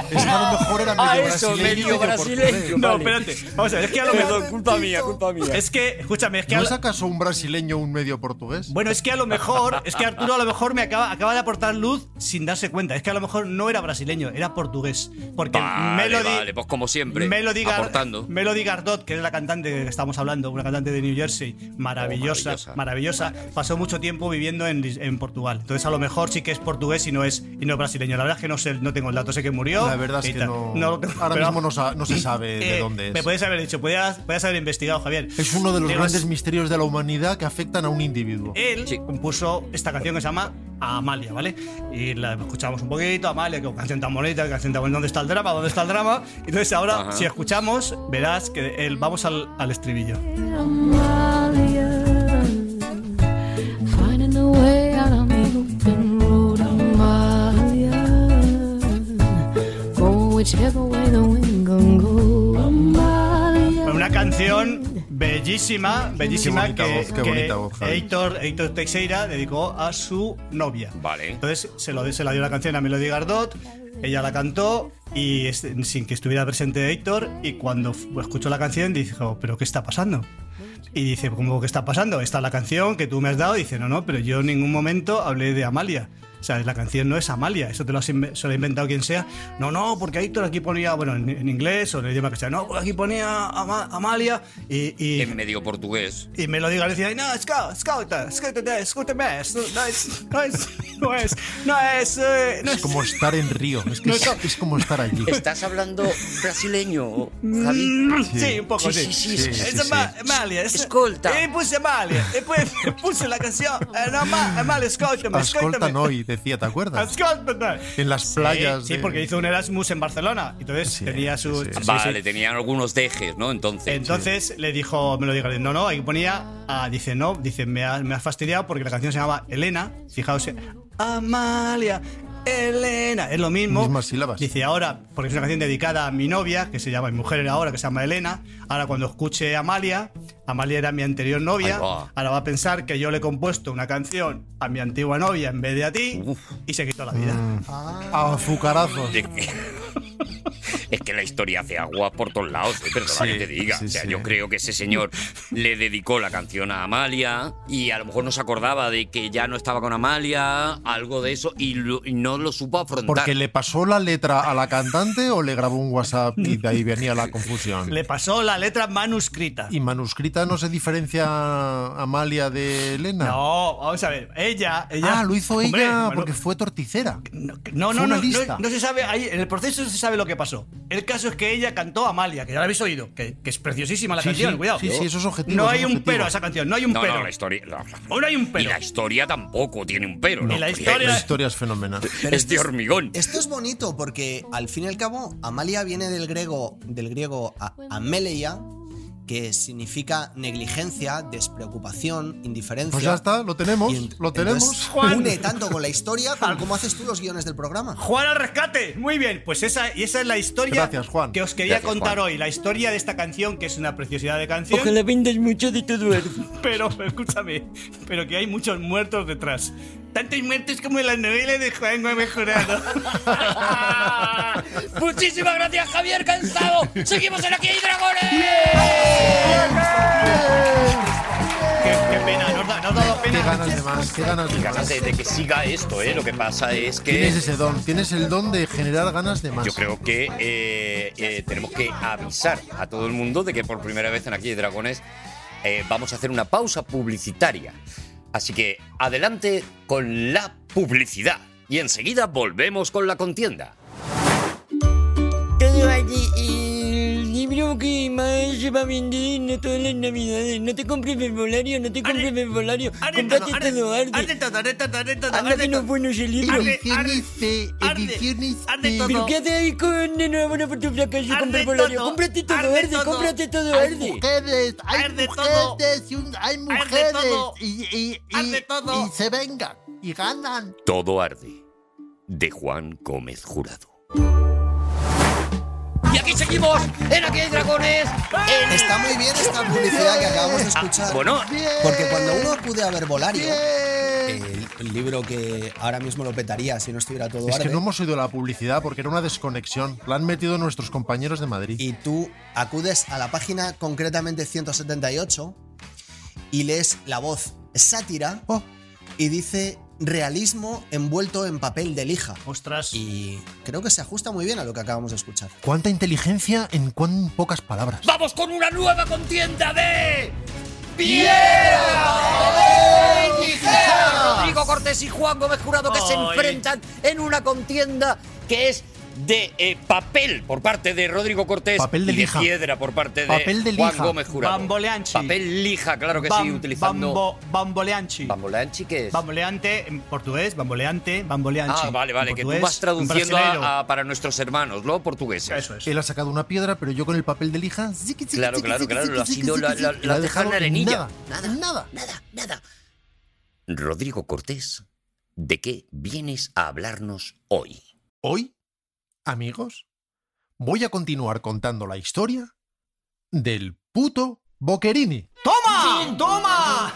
S6: Es que a lo mejor era medio
S9: Ah, eso,
S6: brasileño.
S9: medio
S6: y medio
S9: brasileño.
S6: portugués.
S5: No,
S9: Vale.
S5: espérate. Vamos a ver, es que a lo
S9: Perdón,
S5: mejor.
S9: culpa mía, culpa mía.
S5: Es que, escúchame, es que. a
S6: ¿No
S5: lo-
S6: es acaso un brasileño un medio portugués?
S5: Bueno, es que a lo mejor, es que Arturo a lo mejor me acaba, acaba de aportar luz sin darse cuenta. Es que a lo mejor no era brasileño, era portugués. Porque
S8: Vale,
S5: Melody.
S8: vale, pues como siempre,
S5: Melody, Gar-
S8: aportando.
S5: Melody Gardot, que es la cantante que estamos hablando, una cantante de New Jersey, maravillosa,
S8: Oh,
S5: maravillosa, pasó mucho tiempo viviendo en, en Portugal. Entonces a lo mejor sí que es portugués y no es, y no es brasileño. La verdad es que no sé, no tengo el dato, sé que murió.
S6: La verdad
S5: y
S6: es que
S5: tal.
S6: no.
S5: No lo tengo,
S6: ahora
S5: pero-
S6: mismo no, sa- no se sabe de
S5: Eh,
S6: dónde
S5: Me
S6: es.
S5: podías haber dicho, podías, podías haber investigado, Javier.
S6: Es uno de los
S5: Digo,
S6: grandes
S5: es-
S6: misterios de la humanidad que afectan a un individuo.
S5: él compuso esta canción que se llama Amalia, ¿vale? Y la escuchamos un poquito, Amalia, que canción tan bonita, que canción tan bonita, ¿dónde está el drama? ¿Dónde está el drama? Entonces ahora,
S8: Ajá.
S5: si escuchamos, verás que él, vamos al, al estribillo.
S10: Amalia, finding a way out on the open road, Amalia. Go whichever way the wind gon' go, Amalia.
S5: Bueno, una canción bellísima, bellísima,
S6: bonita
S5: que,
S6: voz, qué
S5: que
S6: bonita voz, Javi.
S5: Héctor, Héctor Teixeira dedicó a su novia.
S8: Vale.
S5: Entonces se, lo, se la dio la canción a Melody Gardot, ella la cantó y es- sin que estuviera presente Héctor y cuando f- escuchó la canción dijo, pero ¿qué está pasando? Y dice, ¿cómo que está pasando? Esta es la canción que tú me has dado. Y dice, no, no, pero yo en ningún momento hablé de Amalia. O sea, la canción no es Amalia, eso te lo, has inve- se lo ha inventado quien sea. No, no, porque Héctor aquí ponía, bueno, en, en inglés o en el idioma que sea, no, aquí ponía Ama- Amalia y, y,
S8: En medio portugués.
S5: y me lo diga, le decía, "Ay, no, escuta, escuta, escúchate, escúchame, es- no es, no es, no es, no es, eh, no
S6: Es
S5: es".
S6: como estar en Río. Es, que
S5: No,
S6: es,
S5: no.
S6: es como estar allí.
S8: ¿Estás hablando brasileño, Javi?
S5: Sí, un poco, sí.
S8: Sí, sí, sí, sí,
S5: es
S8: sí, sí.
S5: Ama- Amalia. Es,
S8: Escolta.
S5: Y puse Amalia. Y pues puse la canción. eh, no, Ama- Amalia, escúchame,
S6: Ascolta
S5: escúchame.
S6: Noi, decía, ¿te acuerdas?
S5: Escúchame.
S6: En las
S5: Sí,
S6: playas.
S5: Sí,
S6: de-
S5: porque hizo un Erasmus en Barcelona. Entonces
S6: Sí,
S5: tenía su.
S6: sí, sí.
S5: Ah, sí, sí.
S8: Vale, tenían algunos dejes, ¿no? Entonces.
S5: Entonces le dijo, me lo dijo, no, no, ahí ponía, ah, dice, no, dice, me has me has fastidiado porque la canción se llamaba Elena, fijaos, eh, Amalia, Elena, es lo mismo.
S6: Mismas sílabas.
S5: Dice, ahora, porque es una canción dedicada a mi novia, que se llama, mi mujer era ahora, que se llama Elena, ahora cuando escuche Amalia, Amalia era mi anterior novia,
S8: Ahí va.
S5: ahora va a pensar que yo le he compuesto una canción a mi antigua novia en vez de a ti,
S8: Uf.
S5: y se quitó la vida.
S6: Mm. A azucarazos.
S8: Es que- Es que la historia hace agua por todos lados, ¿eh? perdona
S6: Sí,
S8: que te diga.
S6: sí,
S8: o sea,
S6: sí.
S8: yo creo que ese señor le dedicó la canción a Amalia y a lo mejor no se acordaba de que ya no estaba con Amalia, algo de eso, y, lo- y no lo supo afrontar.
S6: ¿Porque le pasó la letra a la cantante o le grabó un WhatsApp y de ahí venía la confusión?
S5: Le pasó la letra manuscrita.
S6: ¿Y manuscrita no se diferencia Amalia de Elena?
S5: No, vamos a ver. Ella, ella.
S6: Ah, lo hizo ella
S5: Hombre, Manu-
S6: porque fue torticera.
S5: No, no,
S6: fue
S5: no,
S6: una
S5: no,
S6: lista.
S5: no, no se sabe. ahí, en el proceso se sabe lo que pasó. El caso es que ella cantó Amalia, que ya la habéis oído, que, que es preciosísima la
S6: Sí,
S5: canción,
S6: sí,
S5: cuidado.
S6: sí, sí, eso es objetivo,
S5: No
S6: eso es
S5: hay un
S6: objetivo.
S5: pero a esa canción, no hay un
S8: no,
S5: pero.
S8: no, la historia. la-
S5: Ahora hay un pero.
S8: Y la historia tampoco tiene un pero.
S5: Y la
S8: Porque
S5: historia-
S6: La historia es fenomenal.
S7: Pero
S8: Es de
S7: esto es-
S8: hormigón.
S7: Esto es bonito porque al fin y al cabo Amalia viene del griego del griego a- amelia que significa negligencia, despreocupación, indiferencia.
S6: Pues ya está, lo tenemos,
S7: Y ent-
S6: lo tenemos.
S7: entonces Une tanto con la historia como cómo haces tú los guiones del programa.
S5: Juan al rescate, muy bien, pues esa, y esa es la historia
S6: Gracias, Juan.
S5: que os quería
S8: Gracias,
S5: contar
S8: Juan.
S5: hoy, la historia de esta canción, que es una preciosidad de canción,
S9: Ojalá vendas mucho de todo esto.
S5: pero escúchame, pero que hay muchos muertos detrás. Tantos muertos como en las novelas de Juan ha mejorado.
S3: Muchísimas gracias, Javier Cansado. Seguimos en Aquí hay Dragones.
S5: qué, qué pena, nos da, nos da dos
S6: Qué
S5: penas.
S6: ganas de más, qué ganas de
S8: ganas
S6: más.
S8: de, de que siga esto, ¿eh? Lo que pasa es
S6: Tienes
S8: que.
S6: ese don, tienes el don de generar ganas de más.
S8: Yo creo que eh, eh, tenemos que avisar a todo el mundo de que por primera vez en Aquí hay Dragones eh, vamos a hacer una pausa publicitaria. Así que adelante con la publicidad y enseguida volvemos con la contienda.
S9: Todo allí, el libro que más se va a vender en todas las navidades. No te compres verbolario, no te compres verbolario. Comprate todo arde.
S5: todo, arde todo, arde todo,
S9: Anda que no es bueno ese libro.
S6: Ediciones C,
S5: arde,
S6: ediciones
S5: arde
S6: C.
S5: todo.
S9: ¿Pero qué haces ahí con de nuevo una por tu fracaso con
S5: Arde
S9: verbolario?
S5: todo,
S9: Cómprate todo
S5: arde
S9: arde,
S5: todo.
S9: cómprate todo
S6: Hay
S9: arde.
S6: mujeres, hay
S5: Arde todo.
S6: mujeres, y un- hay mujeres
S5: todo.
S6: y, y- y-
S5: Arde todo.
S6: y se vengan y ganan.
S8: Todo arde de Juan Gómez Jurado.
S3: Y aquí seguimos en Aquí hay Dragones. En
S7: Está muy bien esta publicidad que acabamos de
S8: Ah,
S7: escuchar.
S8: bueno,
S7: Porque cuando uno acude a Verbolario, el, el libro que ahora mismo lo petaría si no estuviera todo
S6: Es
S7: arde,
S6: que no hemos oído la publicidad porque era una desconexión. La han metido nuestros compañeros de Madrid.
S7: y tú acudes a la página concretamente 178 y lees la voz sátira
S6: Oh.
S7: y dice realismo envuelto en papel de lija.
S5: Ostras.
S7: Y creo que se ajusta muy bien a lo que acabamos de escuchar.
S6: ¿Cuánta inteligencia en cuán pocas palabras?
S3: Vamos con una nueva contienda de.
S8: Tijera. Rodrigo Cortés y Juan Gómez Jurado que se
S5: Ay.
S8: enfrentan en una contienda que es de eh, papel por parte de Rodrigo Cortés
S6: Papel de
S8: y
S6: lija.
S8: de piedra por parte de,
S6: Papel de
S8: Juan
S6: lija.
S8: Gómez Jurado.
S5: Bamboleanchi.
S8: Papel lija, claro que sí,
S5: Bam-
S8: utilizando
S5: bambo- bamboleanchi.
S8: bamboleanchi que es.
S5: Bamboleante en portugués, bamboleante, bamboleanchi.
S8: Ah, vale, vale,
S5: En
S8: que tú
S5: portugués,
S8: vas traduciendo
S5: brasileiro.
S8: a- a- para nuestros hermanos, ¿no? Portugueses.
S5: Eso es.
S6: Él ha sacado una piedra, pero yo con el papel de lija. ziqui, ziqui,
S8: Claro,
S6: ziqui,
S8: claro,
S6: ziqui,
S8: claro,
S6: ziqui,
S8: lo ha
S6: ziqui,
S8: sido,
S6: ziqui,
S8: la-
S6: ziqui,
S8: la-
S6: y
S8: la
S6: lo ha
S8: dejan
S6: dejado
S8: en arenilla.
S6: Nada, nada, nada.
S8: Nada, nada. Rodrigo Cortés, ¿de qué vienes a hablarnos hoy?
S6: Hoy, amigos, voy a continuar contando la historia del puto Boquerini.
S5: ¡Toma! ¡Toma!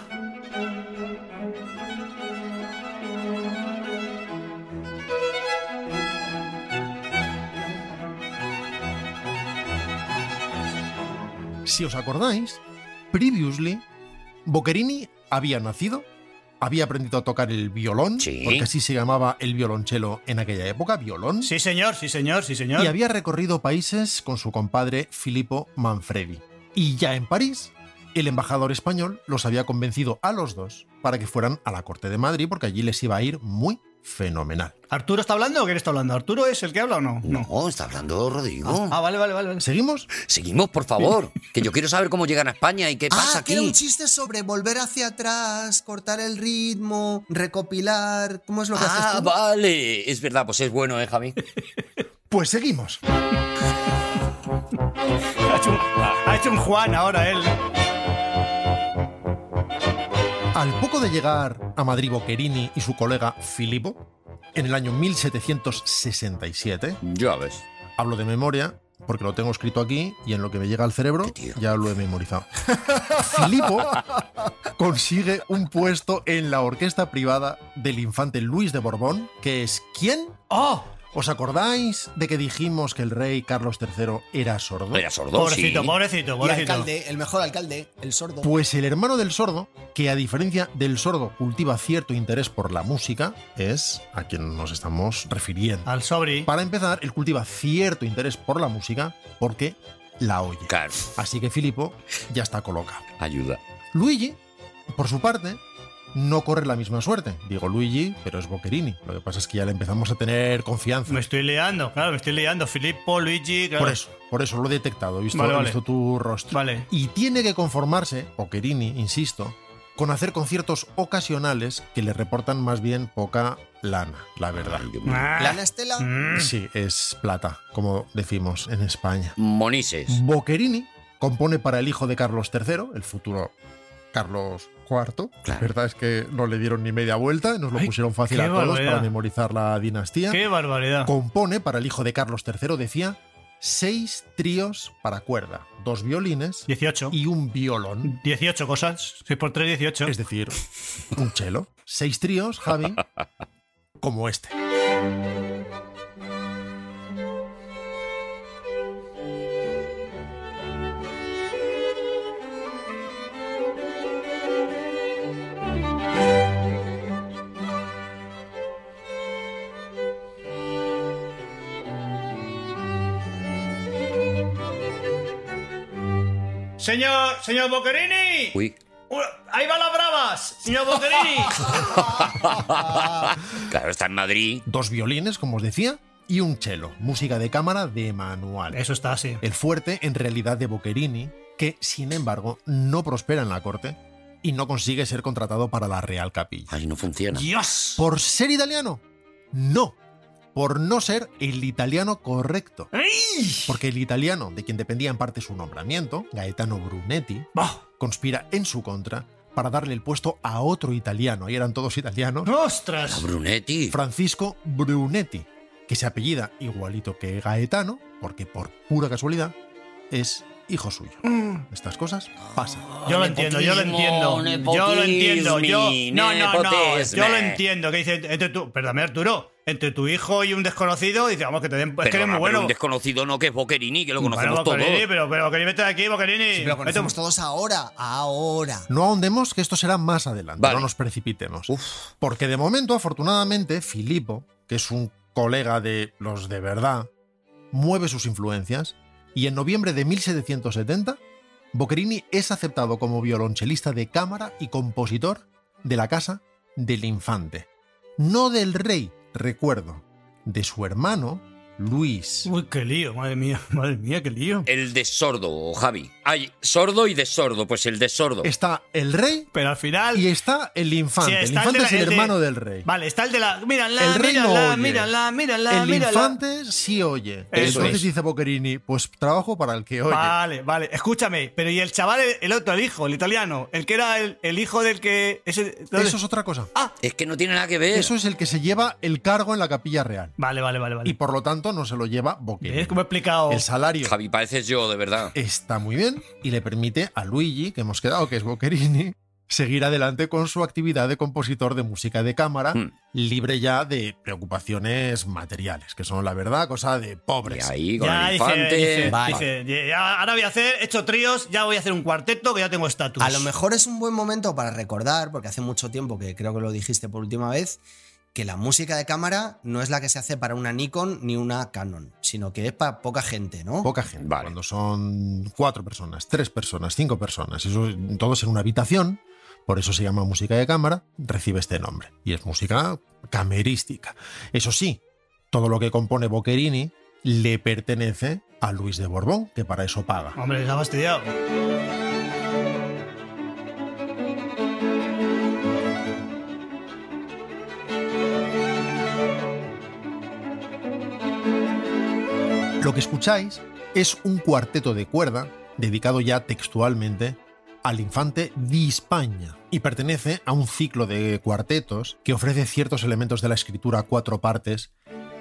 S6: Si os acordáis, previously, Boquerini había nacido, había aprendido a tocar el violón, porque así se llamaba el violonchelo en aquella época, violón,
S5: Sí, señor, sí, señor, sí, señor.
S6: y había recorrido países con su compadre Filippo Manfredi. Y ya en París, el embajador español los había convencido a los dos para que fueran a la corte de Madrid, porque allí les iba a ir muy fenomenal.
S5: ¿Arturo está hablando o quién está hablando? ¿Arturo es el que habla o no?
S8: No, está hablando Rodrigo.
S5: Ah, vale, vale, vale. vale.
S6: ¿Seguimos?
S8: Seguimos, por favor, que yo quiero saber cómo llegan a España y qué pasa
S7: Ah, que
S8: aquí.
S7: era un chiste sobre volver hacia atrás, cortar el ritmo, recopilar. ¿Cómo es lo que
S8: Ah,
S7: haces tú?
S8: vale, es verdad, pues es bueno, ¿eh, Javi?
S6: Pues seguimos.
S5: Ha hecho, un, ha hecho un Juan ahora él.
S6: Al poco de llegar a Madrid Boquerini y su colega Filippo, en el año 1767,
S8: Ya ves.
S6: hablo de memoria porque lo tengo escrito aquí y en lo que me llega al cerebro ya lo he memorizado. Filippo consigue un puesto en la orquesta privada del infante Luis de Borbón, que es ¿quién?
S5: ¡Oh!
S6: ¿Os acordáis de que dijimos que el rey Carlos III era sordo?
S8: Era sordo,
S5: Pobrecito,
S8: Oh, sí.
S5: pobrecito,
S7: Y
S5: pobrecito.
S7: alcalde, el mejor alcalde, el sordo.
S6: Pues el hermano del sordo, que a diferencia del sordo cultiva cierto interés por la música, es a quien nos estamos refiriendo.
S5: Al sobri.
S6: Para empezar, él cultiva cierto interés por la música porque la oye.
S8: Claro,
S6: Así que Filippo ya está colocado.
S8: ayuda.
S6: Luigi, por su parte, no corre la misma suerte. Digo Luigi, pero es Boquerini. Lo que pasa es que ya le empezamos a tener confianza.
S5: Me estoy liando, claro, me estoy liando. Filippo, Luigi, claro.
S6: Por eso, por eso lo he detectado, he visto,
S5: Vale,
S6: he
S5: vale.
S6: visto tu rostro.
S5: Vale.
S6: Y tiene que conformarse, Boquerini, insisto, con hacer conciertos ocasionales que le reportan más bien poca lana, la verdad.
S5: Ah.
S7: Lana Estela.
S5: Mm.
S6: Sí, es plata, como decimos en España.
S8: Monises.
S6: Boquerini compone para el hijo de Carlos III, el futuro Carlos IV. La
S8: Claro.
S6: verdad es que no le dieron ni media vuelta, nos lo
S5: Ay,
S6: pusieron fácil
S5: qué
S6: a todos
S5: barbaridad.
S6: para memorizar la dinastía.
S5: ¡Qué barbaridad!
S6: Compone para el hijo de Carlos III, decía, seis tríos para cuerda, dos violines
S5: 18.
S6: y un violón.
S5: 18 cosas. 6 por 3, 18.
S6: Es decir, un chelo. Seis tríos, Javi, como este.
S5: Señor, señor Boquerini.
S8: Uy.
S5: Uh, Ahí van las bravas, señor Boquerini.
S8: Claro, está en Madrid.
S6: Dos violines, como os decía, y un chelo. Música de cámara de manual.
S5: Eso está así.
S6: el fuerte en realidad de Boquerini, que sin embargo no prospera en la corte y no consigue ser contratado para la Real Capilla.
S8: Ay, no funciona.
S5: Dios.
S6: ¿Por ser italiano? No, por no ser el italiano correcto.
S5: ¡Ay!
S6: Porque el italiano, de quien dependía en parte su nombramiento, Gaetano Brunetti,
S5: Bah.
S6: conspira en su contra para darle el puesto a otro italiano, y eran todos italianos,
S5: ¡Ostras!
S8: Brunetti.
S6: Francisco Brunetti, que se apellida igualito que Gaetano, porque por pura casualidad es hijo suyo. Estas cosas pasan.
S5: Yo lo entiendo, yo lo entiendo.
S8: Nepotismo,
S5: Yo lo entiendo, yo. No, no, no.
S8: nepotismo.
S5: Yo lo entiendo. Que dice, entre tú, perdóname, Arturo, entre tu hijo y un desconocido, dice, vamos, que te den. pues Es que
S8: Perdona,
S5: eres muy
S8: pero
S5: bueno.
S8: un desconocido no que es Boquerini, que lo conocemos
S5: Bueno, Boquerini,
S8: todos.
S5: pero, pero Boquerini, vete de aquí, Boquerini.
S7: Sí, pero lo
S5: Vete-
S7: conocemos todos ahora, ahora.
S6: No ahondemos que esto será más adelante,
S8: Vale.
S6: no nos precipitemos. Porque de momento, afortunadamente, Filippo, que es un colega de los de verdad, mueve sus influencias y en noviembre de 1770, Boccherini es aceptado como violonchelista de cámara y compositor de la casa del infante. No del rey, recuerdo, de su hermano, Luis.
S5: Uy, qué lío, madre mía, madre mía, qué lío.
S6: Eh,
S8: El de sordo, Javi. Hay sordo y de sordo, pues el de sordo.
S6: Está el rey
S5: Pero al final.
S6: y está el infante.
S5: Sí,
S6: el
S5: está el
S6: infante
S5: de la-
S6: es el
S5: el de-
S6: hermano del rey.
S5: Vale, está el de la. Mírala,
S6: El rey no
S5: mírala,
S6: oye.
S5: mírala, mírala,
S6: El
S5: mírala.
S6: infante sí oye.
S5: Eso
S6: Entonces
S8: es.
S6: dice Boquerini, pues trabajo para el que oye.
S5: Vale, vale, escúchame. Pero y el chaval, el, el otro, el hijo, el italiano, el que era el, el hijo del que. Ese, entonces-
S6: Eso es otra cosa.
S5: Eh.
S8: Es que no tiene nada que ver.
S6: Eso es el que se lleva el cargo en la capilla real.
S5: Vale, vale, vale, vale.
S6: Y por lo tanto muerto no se lo lleva Boquerini.
S5: ¿Ves cómo he explicado?
S6: El salario
S8: Javi, pareces yo, de verdad.
S6: está muy bien y le permite a Luigi, que hemos quedado que es Boquerini, seguir adelante con su actividad de compositor de música de cámara,
S8: Hmm.
S6: libre ya de preocupaciones materiales, que son la verdad cosa de
S8: Y
S6: pobres.
S8: ahí, con
S5: ya
S8: el
S5: dice,
S8: infante.
S5: dice,
S7: Vale.
S5: dice, ya- ya- ahora voy a hacer, he hecho tríos, ya voy a hacer un cuarteto que ya tengo estatus.
S7: A lo mejor es un buen momento para recordar, porque hace mucho tiempo que creo que lo dijiste por última vez, que la música de cámara no es la que se hace para una Nikon ni una Canon, sino que es para poca gente, ¿no?
S6: Poca gente.
S8: Vale.
S6: Cuando son cuatro personas, tres personas, cinco personas, eso todos en una habitación, por eso se llama música de cámara, recibe este nombre. Y es música camerística. Eso sí, todo lo que compone Boquerini le pertenece a Luis de Borbón, que para eso paga.
S5: Hombre, se ha fastidiado.
S6: Lo que escucháis es un cuarteto de cuerda dedicado ya textualmente al infante di España y pertenece a un ciclo de cuartetos que ofrece ciertos elementos de la escritura a cuatro partes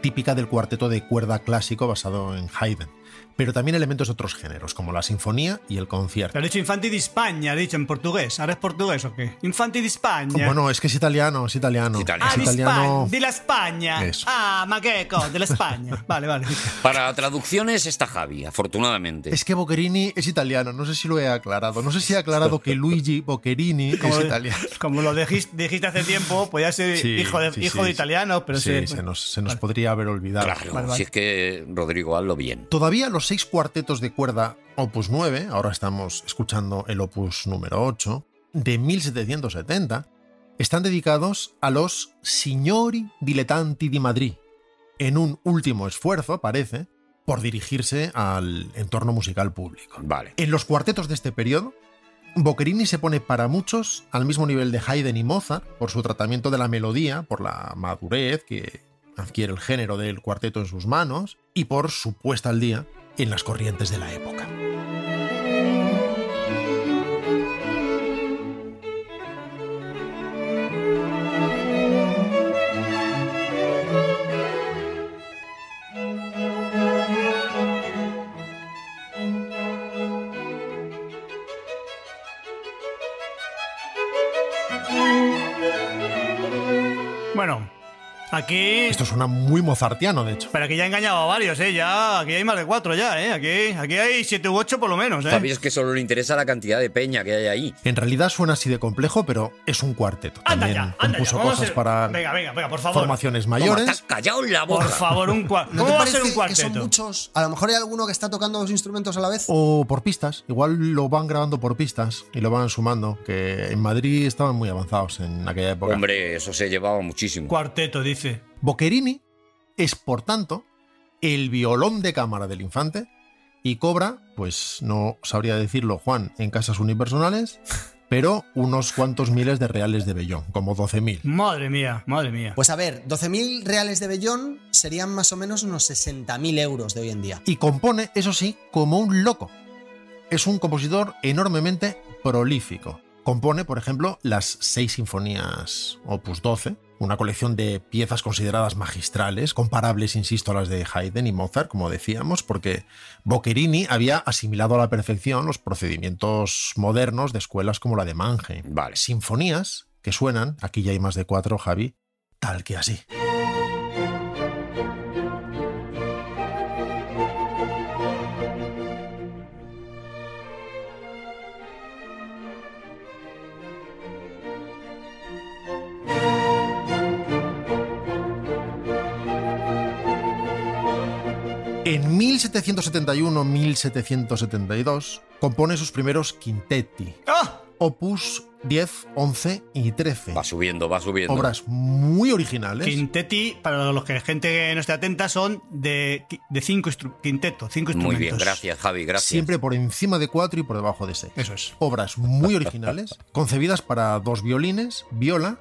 S6: típica del cuarteto de cuerda clásico basado en Haydn, pero también elementos de otros géneros como la sinfonía y el concierto.
S5: Te has dicho Infanti de España, has dicho en portugués. ¿Ahora es portugués o qué? Infanti de España.
S6: Bueno, es que es italiano, es italiano.
S8: Es italiano.
S5: ah,
S6: Es
S5: de
S6: italiano.
S5: España. De la España.
S6: Eso.
S5: Ah, maqueco, de la España. Vale, vale.
S8: Para traducciones está Javi, afortunadamente.
S6: Es que Boccherini es italiano, no sé si lo he aclarado. No sé si he aclarado que Luigi Boccherini es italiano.
S5: Como lo dijis- dijiste hace tiempo, podía ser
S6: Sí,
S5: hijo de,
S6: sí,
S5: hijo
S6: sí,
S5: de
S6: sí.
S5: italiano, pero
S6: sí,
S5: sí.
S6: se nos, se nos
S5: Vale.
S6: podría haber olvidado.
S8: Claro,
S5: Vale, vale.
S8: si es que Rodrigo, hazlo bien.
S6: Todavía los seis cuartetos de cuerda Opus 9, ahora estamos escuchando el Opus número 8, de 1770, están dedicados a los Signori Dilettanti di Madrid, en un último esfuerzo, parece, por dirigirse al entorno musical público.
S8: Vale.
S6: En los cuartetos de este periodo, Boccherini se pone para muchos al mismo nivel de Haydn y Mozart por su tratamiento de la melodía, por la madurez que adquiere el género del cuarteto en sus manos y por su puesta al día en las corrientes de la época.
S5: Bueno, aquí.
S6: Esto suena muy mozartiano, de hecho.
S5: Pero aquí ya he engañado a varios, ¿eh? Ya, aquí hay más de cuatro ya, ¿eh? Aquí, aquí hay siete u ocho por lo menos,
S8: Javi
S5: ¿eh?
S8: es que solo le interesa la cantidad de peña que hay ahí.
S6: En realidad suena así de complejo, pero es un cuarteto.
S5: Anda
S6: También ¿eh?
S5: ya, anda ya.
S6: compuso
S5: vamos a
S6: cosas
S5: ser-
S6: para
S5: Venga, venga, venga, por favor.
S6: formaciones
S8: Toma, te
S6: mayores.
S8: has callado la boca.
S5: Por favor, un cuarteto.
S7: ¿No te
S5: ¿Cómo va a
S7: parece
S5: ser un
S7: que son
S5: cuarteto?
S7: muchos? A lo mejor hay alguno que está tocando dos instrumentos a la vez.
S6: O por pistas, igual lo van grabando por pistas y lo van sumando, que en Madrid estaban muy avanzados en aquella época.
S8: Hombre, eso se llevaba muchísimo.
S5: Cuarteto, dice.
S6: Boccherini es, por tanto, el violón de cámara del infante y cobra, pues no sabría decirlo Juan, en casas unipersonales, pero unos cuantos miles de reales de Bellón, como 12.000.
S5: Madre mía, madre mía.
S7: Pues a ver, 12.000 reales de Bellón serían más o menos unos 60.000 euros de hoy en día.
S6: Y compone, eso sí, como un loco. Es un compositor enormemente prolífico. Compone, por ejemplo, las seis sinfonías Opus 12, una colección de piezas consideradas magistrales, comparables, insisto, a las de Haydn y Mozart, como decíamos, porque Boccherini había asimilado a la perfección los procedimientos modernos de escuelas como la de Mannheim.
S8: Vale.
S6: Sinfonías que suenan, aquí ya hay más de cuatro, Javi, tal que así. En 1771-1772 compone sus primeros quintetti,
S5: ¡Ah!
S6: opus 10, 11 y 13.
S8: Va subiendo, va subiendo.
S6: Obras muy originales.
S5: Quintetti, para los que gente que no esté atenta, son de, de cinco instru- quinteto, cinco instrumentos.
S8: Muy bien, gracias, Javi, gracias.
S6: Siempre por encima de 4 y por debajo de 6.
S5: Eso es.
S6: Obras muy originales, concebidas para dos violines, viola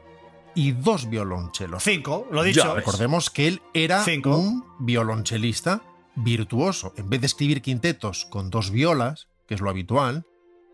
S6: y dos violonchelos.
S5: Cinco, lo
S8: Ya
S5: dicho.
S8: ves.
S6: Recordemos que él era
S5: Cinco.
S6: un violonchelista virtuoso. En vez de escribir quintetos con dos violas, que es lo habitual,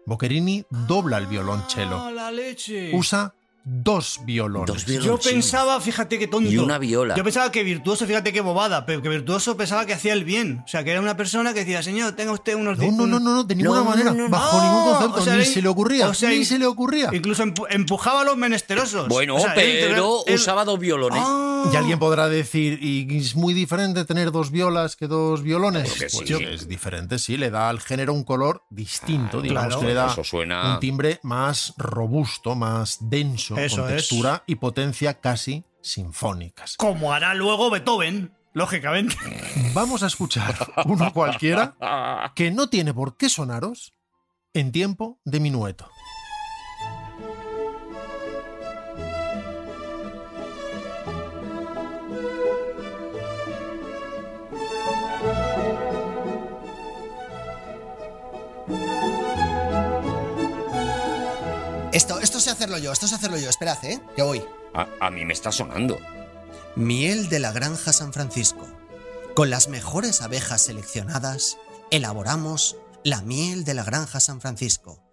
S6: Boccherini dobla el violonchelo.
S5: Ah, la leche.
S6: Usa dos violones.
S8: Dos
S5: Yo
S8: violoncillos.
S5: pensaba, fíjate qué tonto.
S8: Y una viola.
S5: Yo pensaba que virtuoso, fíjate qué bobada, pero que virtuoso pensaba que hacía el bien. O sea, que era una persona que decía, señor, tenga usted unos
S6: No, no, no, no, no, de ninguna
S8: No, no,
S6: manera,
S8: no, no.
S6: bajo
S5: No,
S6: ningún concepto,
S5: o sea,
S6: ni
S5: él-
S6: se le ocurría,
S5: o sea,
S6: ni
S5: él-
S6: se le ocurría.
S5: Incluso empu- empujaba a los menesterosos.
S8: Bueno,
S5: O sea, él-
S8: pero
S5: él-
S8: usaba dos violones.
S5: Ah.
S6: Y alguien podrá decir, y es muy diferente tener dos violas que dos violones. Pues
S8: Claro que sí.
S6: yo- es diferente, sí, le da al género un color distinto, digamos
S5: claro.
S6: que le da
S8: Eso suena-
S6: un timbre más robusto, más denso,
S5: Eso
S6: con
S5: es.
S6: textura y potencia casi sinfónicas.
S5: Como hará luego Beethoven, lógicamente.
S6: Vamos a escuchar uno cualquiera que no tiene por qué sonaros en tiempo de minueto.
S7: Esto, esto sé hacerlo yo, esto sé hacerlo yo. Esperad, ¿eh? Que voy.
S8: A, a mí me está sonando.
S7: Miel de la Granja San Francisco. Con las mejores abejas seleccionadas, elaboramos la miel de la Granja San Francisco.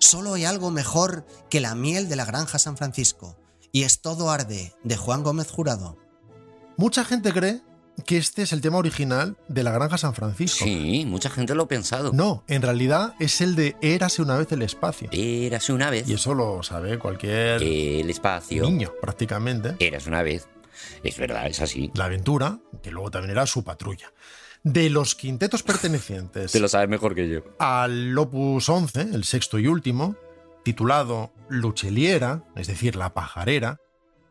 S7: Solo hay algo mejor que la miel de la Granja San Francisco. Y es todo arde, de Juan Gómez Jurado.
S6: Mucha gente cree que este es el tema original de la Granja San Francisco.
S8: Sí, mucha gente lo ha pensado.
S6: No, en realidad es el de Érase una vez el espacio.
S8: Érase una vez.
S6: Y eso lo sabe cualquier
S8: El espacio.
S6: niño, prácticamente.
S8: Eras una vez. Es verdad, es así.
S6: La aventura, que luego también era su patrulla. De los quintetos pertenecientes
S8: Te lo sabes mejor que yo.
S6: al opus 11, el sexto y último, titulado Lucheliera, es decir, la pajarera,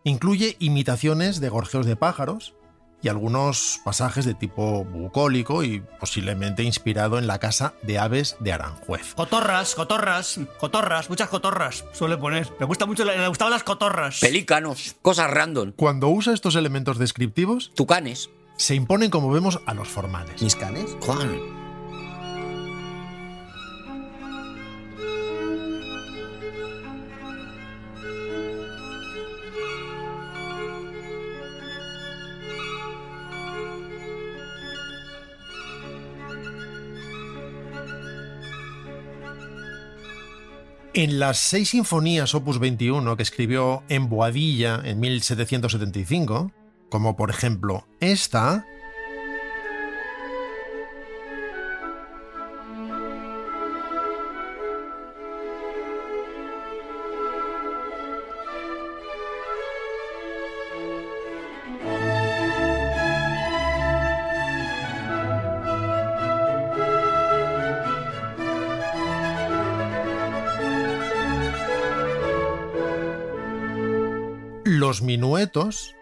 S6: incluye imitaciones de gorjeos de pájaros y algunos pasajes de tipo bucólico y posiblemente inspirado en la casa de aves de Aranjuez.
S5: Cotorras, cotorras, cotorras, muchas cotorras suele poner. Me gusta mucho, la- le gustaban las cotorras.
S8: Pelícanos, cosas random,
S6: Cuando usa estos elementos descriptivos,
S8: tucanes.
S6: se imponen, como vemos, a los formales.
S7: ¿Mis canes?
S8: Juan.
S6: En las seis sinfonías opus 21 que escribió en Boadilla en 1775, como por ejemplo esta, los minuetos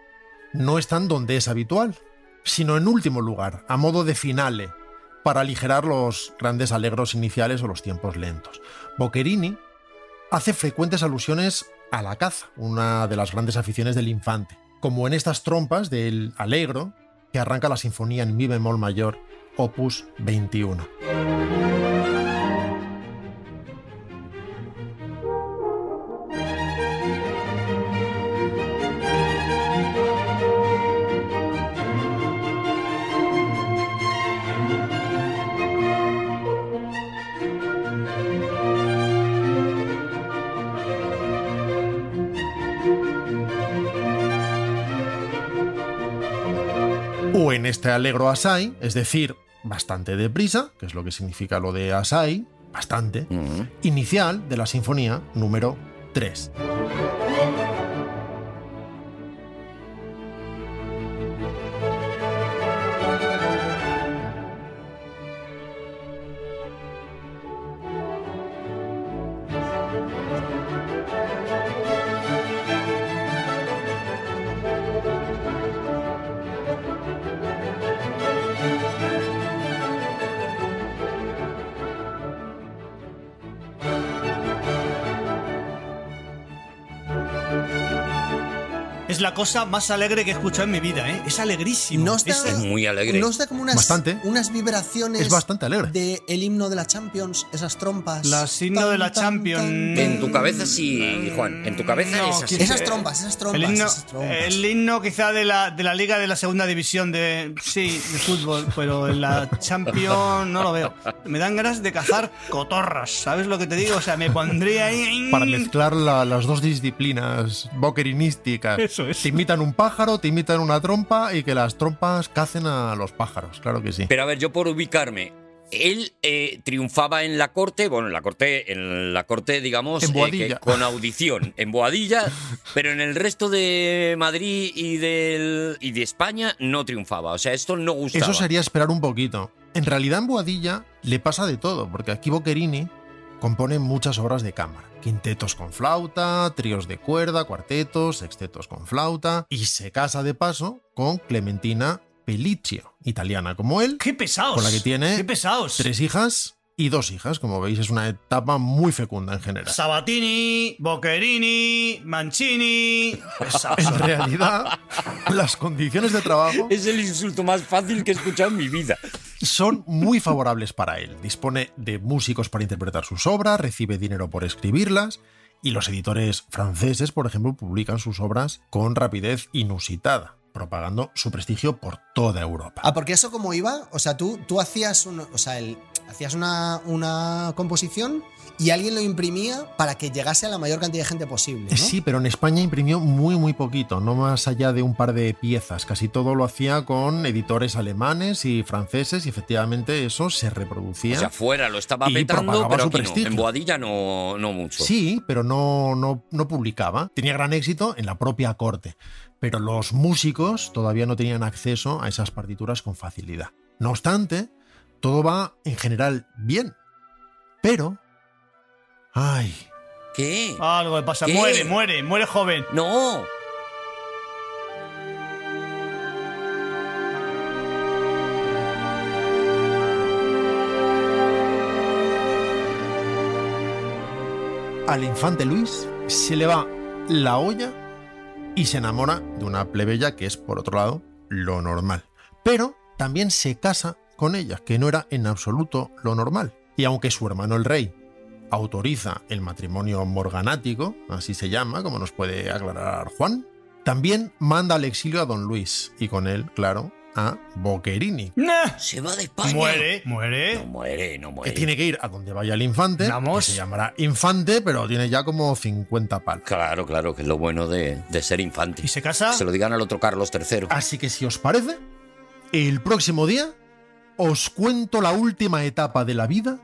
S6: no están donde es habitual, sino en último lugar, a modo de finale, para aligerar los grandes alegros iniciales o los tiempos lentos. Boccherini hace frecuentes alusiones a la caza, una de las grandes aficiones del infante, como en estas trompas del alegro que arranca la sinfonía en mi bemol mayor, opus 21. O en este alegro asai, es decir, bastante deprisa, que es lo que significa lo de asai, bastante,
S8: Mm.
S6: inicial de la sinfonía número 3.
S5: es la cosa más alegre que he escuchado en mi vida, ¿eh? Es alegrísimo.
S7: No os da-
S5: Es-
S8: Es muy alegre.
S7: ¿No os da como unas,
S6: Bastante.
S7: unas vibraciones
S6: Es bastante alegre.
S7: de el himno de la Champions, esas trompas?
S5: La signo de la Champions.
S8: En tu cabeza sí, Juan. En tu cabeza
S5: No,
S8: es así.
S5: quizá-
S7: Esas trompas, esas trompas,
S5: El himno,
S7: esas trompas.
S5: el himno quizá de la, de la liga de la segunda división de sí, de fútbol, pero en la Champions no lo veo. Me dan ganas de cazar cotorras, ¿sabes lo que te digo? O sea, me pondría ahí
S6: Para mezclar la- las dos disciplinas boquerinísticas.
S5: Eso es.
S6: Te imitan un pájaro, te imitan una trompa y que las trompas cacen a los pájaros, claro que sí.
S8: Pero a ver, yo por ubicarme. Él eh, triunfaba en la corte, bueno, en la corte, en la corte, digamos,
S6: En
S8: eh, que-
S6: Boadilla.
S8: con audición, en Boadilla, pero en el resto de Madrid y, del, y de España no triunfaba. O sea, esto no gustaba.
S6: Eso sería esperar un poquito. En realidad en Boadilla le pasa de todo, porque aquí Boquerini compone muchas obras de cámara. Quintetos con flauta, tríos de cuerda, cuartetos, sextetos con flauta, y se casa de paso con Clementina Pelliccio, italiana como él,
S5: ¡Qué pesados!
S6: Con la que tiene
S5: ¡Qué pesados!
S6: tres hijas y dos hijas, como veis, es una etapa muy fecunda en general.
S5: Sabatini, Boquerini, Mancini. Pesados.
S6: En realidad, las condiciones de trabajo
S8: Es el insulto más fácil que he escuchado en mi vida.
S6: son muy favorables para él. Dispone de músicos para interpretar sus obras, recibe dinero por escribirlas y los editores franceses, por ejemplo, publican sus obras con rapidez inusitada, propagando su prestigio por toda
S7: Ah,
S6: Europa.
S7: porque eso como iba, o sea, tú, tú hacías, un, o sea, el- hacías una, una composición y alguien lo imprimía para que llegase a la mayor cantidad de gente posible. ¿no?
S6: Sí, pero en España imprimió muy muy poquito, no más allá de un par de piezas. Casi todo lo hacía con editores alemanes y franceses y efectivamente eso se reproducía.
S8: O sea, fuera lo estaba
S6: Y
S8: petando,
S6: propagaba
S8: pero
S6: su
S8: aquí no.
S6: prestigio.
S8: En Boadilla no, no mucho.
S6: Sí, pero no, no, no publicaba. Tenía gran éxito en la propia corte, pero los músicos todavía no tenían acceso a esas partituras con facilidad. No obstante, todo va en general bien. Pero... ¡Ay!
S8: ¿Qué?
S5: Algo le pasa.
S8: ¿Qué?
S5: Muere, muere, muere joven.
S8: No.
S6: Al infante Luis se le va la olla y se enamora de una plebeya que es, por otro lado, lo normal. Pero también se casa con ella, que no era en absoluto lo normal. Y aunque su hermano el rey autoriza el matrimonio morganático, así se llama, como nos puede aclarar Juan, también manda al exilio a don Luis y con él, claro, a Boquerini,
S5: Nah.
S8: Se va de España.
S5: Muere,
S8: No
S5: muere.
S8: muere, no
S6: que
S8: muere.
S6: tiene que ir a donde vaya el infante. que
S5: Vamos.
S6: se llamará infante, pero tiene ya como 50 palos.
S8: Claro, claro, que es lo bueno de, de ser infante.
S5: ¿Y se casa?
S8: Se lo digan al otro Carlos III.
S6: Así que si os parece, el próximo día os cuento la última etapa de la vida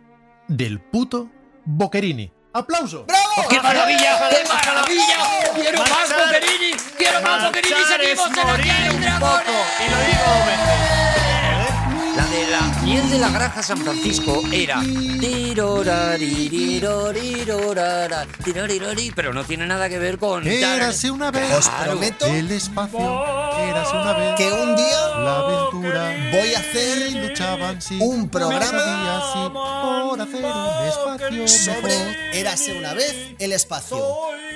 S6: del puto Boquerini. ¡Aplauso!
S8: ¡Qué maravilla! ¡Qué maravilla! ¡Quiero más
S5: Marchar-
S8: Boquerini! ¡Quiero más Boquerini!
S5: Marchar es
S8: ¡Seguimos en
S5: morir
S8: Aquí hay
S5: un
S8: Dragones!
S5: poco, Y lo digo, ¿eh?
S8: La de la miel de la granja San Francisco era. tiroraririrorirorirorara, tirorirori, Pero no tiene nada que ver con.
S6: Érase una vez
S7: Os prometo
S6: el espacio. Érase una vez
S7: que un día
S6: la aventura.
S7: voy a hacer
S6: y luchaban sin
S7: un programa
S6: pesadillas y por hacer un espacio mejor.
S7: sobre Érase una vez el espacio.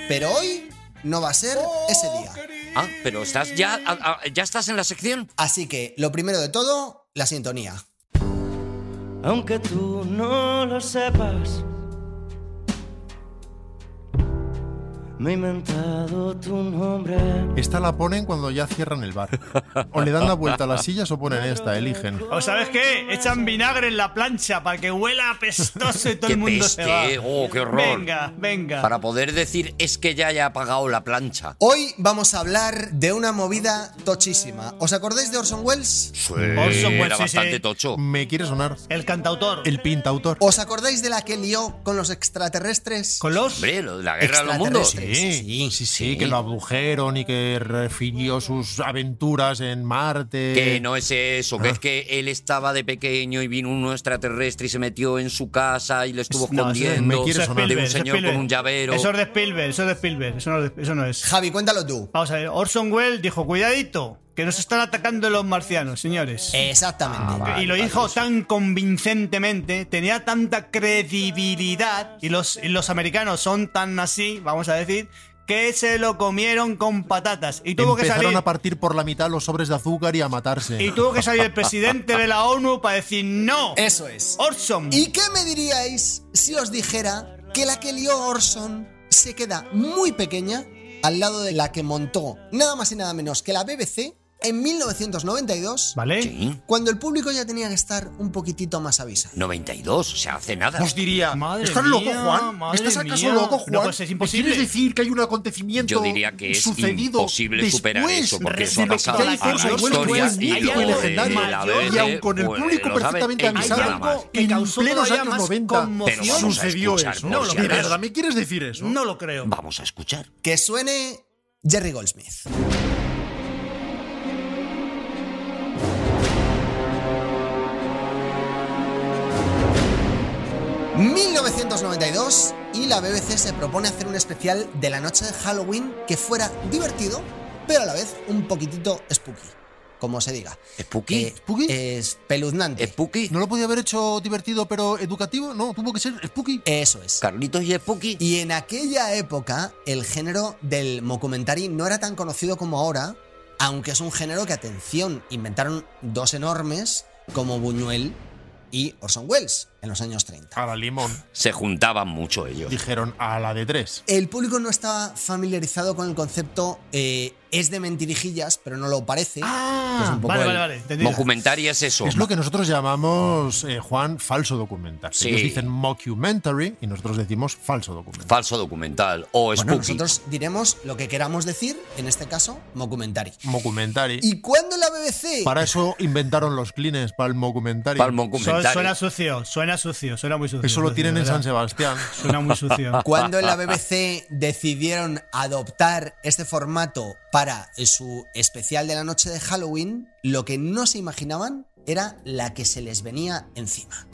S7: Pero hoy no va a ser ese día.
S8: Ah, pero estás ya, a- a- ya estás en la sección.
S7: Así que, lo primero de todo, la sintonía.
S11: aunque tú no lo sepas. Me he inventado tu nombre.
S6: Esta la ponen cuando ya cierran el bar. O le dan la vuelta a las sillas o ponen esta, eligen.
S5: ¿O Oh, sabes qué? Echan vinagre en la plancha para que huela apestoso y todo
S8: ¡Qué
S5: el mundo se va.
S8: peste! ¡Oh, qué horror!
S5: Venga, venga.
S8: Para poder decir es que ya haya apagado la plancha.
S5: Oh,
S7: Hoy vamos a hablar de una movida tochísima. ¿Os acordáis de Orson Welles?
S5: Orson Welles,
S8: era
S5: pues sí, Mm. sí.
S8: bastante tocho.
S6: Me quiere sonar
S5: El cantautor.
S6: el pintautor.
S7: ¿Os acordáis de la que lió con los extraterrestres?
S5: Con los.
S8: Hombre, lo de la guerra de los mundos.
S7: Extraterrestres.
S6: Sí,
S7: Sí,
S6: sí, sí, que lo abdujeron y que refirió sus aventuras en Marte.
S5: Eh,
S8: Que no es eso,
S5: ah.
S8: que es que él estaba de pequeño y vino un extraterrestre y se metió en su casa y lo estuvo
S5: No, eso es-
S8: escondiendo
S6: me
S5: eso
S6: quiere
S5: es
S6: sonar.
S8: de
S5: Spielberg,
S8: un
S5: eso es
S8: señor con
S5: Spielberg.
S8: un llavero.
S5: Eso es de Spielberg, eso es de Spielberg. Eso no, es- eso no es.
S7: Javi, cuéntalo tú.
S5: Vamos a ver, Orson Welles dijo: Cuidadito, que nos están atacando los marcianos, señores.
S7: Eh, Exactamente.
S5: y lo dijo tan convincentemente, tenía tanta credibilidad, y los, y los americanos son tan así, vamos a decir, que se lo comieron con patatas. Y tuvo que
S6: Empezaron
S5: salir.
S6: a partir por la mitad los sobres de azúcar y a matarse.
S5: Y tuvo que salir el presidente de la ONU para decir no.
S7: Eso es.
S5: Orson.
S7: ¿Y qué me diríais si os dijera que la que lió Orson se queda muy pequeña al lado de la que montó nada más y nada menos que la BBC en 1992,
S5: ¿Vale?
S7: cuando el público ya tenía que estar un poquitito más avisado?
S8: 92, o sea, hace nada.
S6: Os diría,
S5: Madre
S6: ¿estás
S5: mía,
S6: loco, Juan?
S5: madre
S6: ¿Estás acaso
S5: mía.
S6: loco, Juan?
S5: No, pues es
S6: ¿Me
S5: imposible.
S6: ¿Quieres decir que hay un acontecimiento
S8: Yo diría que es
S6: sucedido
S8: imposible superar
S6: después
S8: eso, porque
S6: de
S8: eso ha
S6: lo que
S8: pasado
S6: ya
S8: a la
S6: hicieron los
S8: historia
S6: Wellingtons
S8: y
S6: mítico
S5: lo de
S6: legendario,
S5: la
S6: y
S8: BBC,
S6: aun con el
S8: pues,
S6: público
S8: lo sabe
S6: perfectamente
S8: en
S5: Hay
S8: nada
S6: avisado,
S8: más.
S5: algo que
S6: en
S5: causó
S6: plenos
S5: todavía
S6: años
S5: más
S6: 90
S5: conmoción.
S8: Pero vamos a
S6: sucedió
S8: escuchar,
S6: eso.
S8: no,
S5: lo
S6: ¿De
S5: verás.
S6: verdad me quieres decir eso?
S5: No lo creo.
S8: Vamos a escuchar.
S7: Que suene Jerry Goldsmith. ...1992... ...y la BBC se propone hacer un especial... ...de la noche de Halloween... ...que fuera divertido... ...pero a la vez un poquitito spooky... ...como se diga...
S8: ¿Spooky?
S7: Eh,
S6: ¿Spooky?
S5: Eh,
S7: Espeluznante...
S8: ¿Spooky?
S6: ¿No lo podía haber hecho divertido pero educativo? No, tuvo que ser spooky.
S7: Eso es...
S8: ¿Carlitos y Spooky?
S7: Y en aquella época, el género del mockumentary no era tan conocido como ahora, aunque es un género que, atención, inventaron dos enormes como Buñuel y Orson Welles en los años 30.
S6: A la limón.
S8: Se juntaban mucho ellos.
S6: Dijeron a la de tres.
S7: El público no estaba familiarizado con el concepto eh, es de mentirijillas, pero no lo parece. que es un poco
S5: Ah, Vale,
S7: el-
S5: vale, vale. entendido.
S8: Documentaria es eso.
S6: Es lo que nosotros llamamos, eh, Juan, falso documental.
S8: Sí.
S6: Ellos dicen mockumentary y nosotros decimos falso documental.
S8: Falso documental o
S7: Bueno,
S8: spooky.
S7: nosotros diremos lo que queramos decir, en este caso, mockumentary.
S6: Mockumentary.
S7: ¿Y cuando la BBC
S6: Para eso inventaron los clines, para el mockumentary.
S8: Para el
S5: Su-
S8: documental.
S5: suena sucio, suena sucio, suena muy sucio.
S6: Eso lo
S5: sucio,
S6: tienen en
S5: ¿verdad?
S6: San Sebastián.
S5: Suena muy
S8: Ah,
S5: sucio.
S7: Cuando en la BBC decidieron adoptar este formato para su especial de la noche de Halloween, lo que no se imaginaban era la que se les venía encima.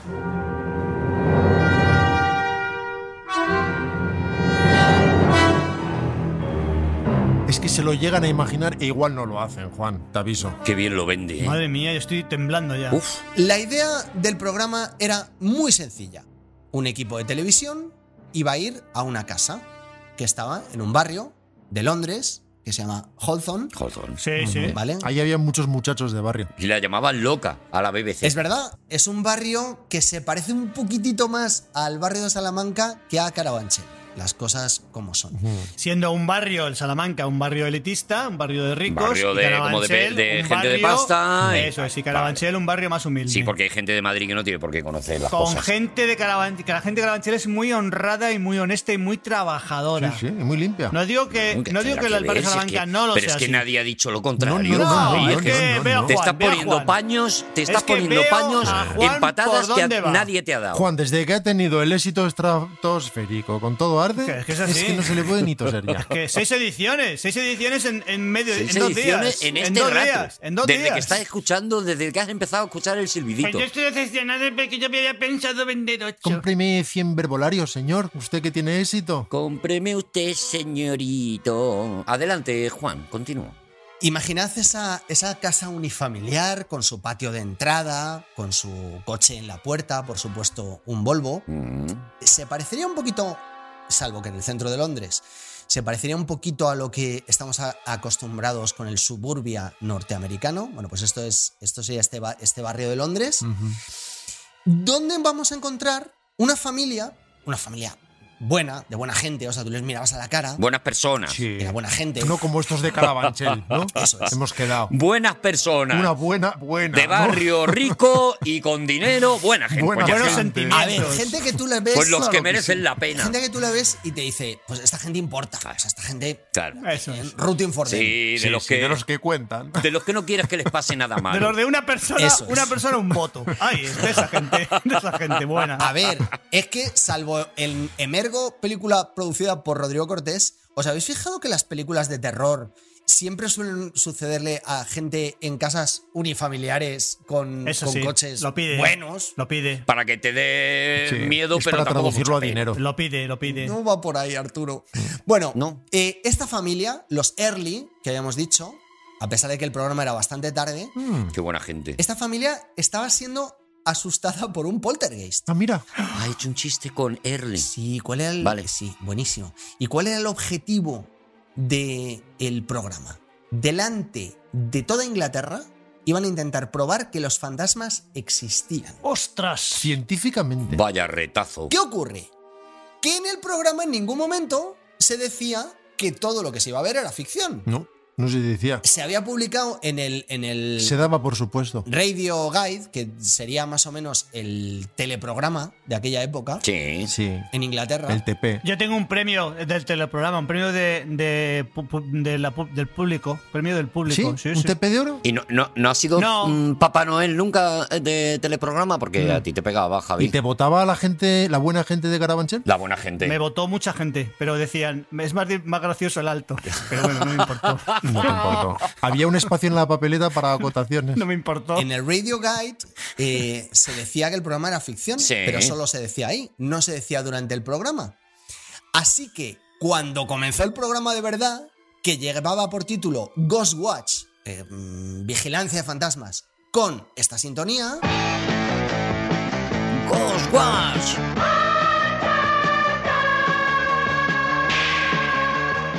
S6: Es que se lo llegan a imaginar e igual no lo hacen, Juan, te aviso.
S8: Qué bien lo vende. ¿eh?
S5: Madre mía, yo estoy temblando ya.
S8: Uf,
S7: La idea del programa era muy sencilla. Un equipo de televisión iba a ir a una casa que estaba en un barrio de Londres que se llama Hawthorne,
S8: Hawthorne.
S5: Sí, sí.
S7: ¿vale?
S6: Ahí había muchos muchachos de barrio.
S8: Y la llamaban loca a la BBC.
S7: Es verdad, es un barrio que se parece un poquitito más al barrio de Salamanca que a Carabanchel. Las cosas como son.
S5: Siendo un barrio, el Salamanca, un barrio elitista, un barrio de ricos.
S8: Barrio
S5: y
S8: de- como de pe-
S5: Carabanchel,
S8: de
S5: un
S8: gente de pasta y-
S5: Eso es, y Carabanchel, un barrio más humilde.
S8: Sí, porque hay gente de Madrid que no tiene por qué conocer las
S5: Con
S8: cosas.
S5: gente de Carabanchel. La gente de Carabanchel es muy honrada y muy honesta y muy trabajadora.
S6: Sí, sí, muy limpia.
S5: No digo que,
S8: Aunque
S5: no digo
S8: tendrá
S5: que el
S8: ver,
S5: barrio
S8: si es
S5: Salamanca
S8: que-
S5: no lo
S8: Pero
S5: sea
S8: es que
S5: así.
S8: nadie ha dicho lo contrario.
S6: No, no,
S8: Oye,
S5: es
S6: no,
S8: que
S6: no, no,
S5: veo a
S6: no.
S8: Te estás
S5: Juan, veo a
S8: poniendo
S5: Juan.
S8: paños, te estás
S5: Es que
S8: poniendo
S5: veo
S8: paños
S5: a Juan
S8: en patadas
S5: por
S8: que a-
S5: dónde va.
S8: nadie te ha dado.
S6: Juan, desde que ha tenido el éxito estratosférico con todo arde,
S5: Es que es así.
S6: no se le puede ni toser ya.
S5: Que seis ediciones, seis ediciones en, en medio
S8: Seis
S5: en dos
S8: ediciones
S5: días.
S8: en este
S5: dos
S8: rato.
S5: días, en dos
S8: desde
S5: días.
S8: que estás escuchando, desde que has empezado a escuchar el silbidito.
S5: Pues estoy decepcionado porque yo había pensado vender ocho.
S6: Cómpreme 100 verbolarios, señor. Usted que tiene éxito.
S8: Cómpreme usted, señorito. Adelante, Juan, continúa.
S7: Imaginad esa, esa casa unifamiliar con su patio de entrada, con su coche en la puerta, por supuesto un Volvo.
S8: Mm.
S7: Se parecería un poquito, salvo que en el centro de Londres, se parecería un poquito a lo que estamos a- acostumbrados con el suburbia norteamericano. Bueno, pues esto, es, esto sería este, ba- este barrio de Londres. ¿Dónde vamos a encontrar una familia, una familia buena, de buena gente? O sea, tú les mirabas a la cara,
S8: Buenas personas.
S7: era buena gente.
S6: No como estos de Carabanchel, ¿no?
S7: Eso es.
S6: Hemos quedado.
S8: Buenas personas.
S6: Una buena, buena.
S8: de
S6: ¿no?
S8: barrio rico y con dinero, buena gente.
S6: Buena
S8: Pues ya
S5: Buenos
S8: está.
S6: gente.
S7: A
S5: sentimientos.
S7: ver, gente que tú les ves.
S8: Pues los
S7: Claro
S8: que
S7: que
S8: merecen
S7: sí.
S8: la pena.
S7: Gente que tú la ves y te dice, pues esta gente importa. O sea, esta gente. eh,
S8: Claro.
S5: Eso es.
S7: Routing for them.
S8: Sí, de
S6: Sí,
S8: los
S6: sí,
S8: que
S6: de los que cuentan.
S8: de los que no quieres que les pase nada
S5: De los
S8: malo.
S5: de una persona,
S7: Eso es.
S5: una persona un voto. Ay, es de esa gente, de esa gente buena.
S7: A ver, es que salvo el Emergo, película producida por Rodrigo Cortés, ¿os habéis fijado que las películas de terror siempre suelen sucederle a gente en casas unifamiliares con,
S5: Eso
S7: con
S5: sí,
S7: coches
S5: lo pide. ¿eh?
S7: buenos?
S5: Lo pide,
S8: Para que te dé
S6: Sí,
S8: miedo,
S6: es
S8: pero
S6: para
S8: tampoco
S6: traducirlo a
S8: mucha pena.
S6: dinero.
S5: lo pide, lo pide.
S7: No va por ahí, Arturo. Bueno,
S8: No.
S7: eh, esta familia, los Early, que habíamos dicho, a pesar de que el programa era bastante tarde,
S6: Mm.
S8: Qué buena gente.
S7: Esta familia estaba siendo asustada por un poltergeist.
S6: Ah, mira.
S8: Ha hecho un chiste con Erling.
S7: Sí, ¿cuál era el...?
S8: Vale.
S7: Sí, buenísimo. ¿Y cuál era el objetivo del programa. Delante de toda Inglaterra iban a intentar probar que los fantasmas existían.
S6: ¡Ostras! Científicamente.
S8: Vaya retazo.
S7: ¿Qué ocurre? Que en el programa en ningún momento se decía que todo lo que se iba a ver era ficción.
S6: No, no se decía.
S7: Se había publicado en el, en el
S6: Se daba por supuesto.
S7: Radio Guide, que sería más o menos el teleprograma de aquella época
S8: Sí.
S6: Sí.
S7: en Inglaterra.
S6: El TP.
S5: Yo tengo un premio del teleprograma, un premio de, de pu- pu- de la pu- del público, premio del
S6: ¿Sí?
S5: público. Sí,
S6: ¿Un
S5: sí.
S6: TP de oro?
S8: Y no, no, no ha sido
S5: No.
S8: mm, Papá Noel nunca eh, de teleprograma porque a ti te pegaba, Javi.
S6: ¿Y te votaba la gente, la buena gente de Carabanchel?
S8: La buena gente.
S5: Me votó mucha gente, pero decían, es más, di- más gracioso el alto. Pero bueno, no me importó.
S6: No te importó. Había un espacio en la papeleta para acotaciones.
S5: No me importó.
S7: En el Radio Guide eh, se decía que el programa era ficción,
S8: Sí.
S7: pero solo se decía ahí, no se decía durante el programa. Así que cuando comenzó el programa de verdad, que llevaba por título Ghost Watch, eh, mm, Vigilancia de Fantasmas, con esta sintonía,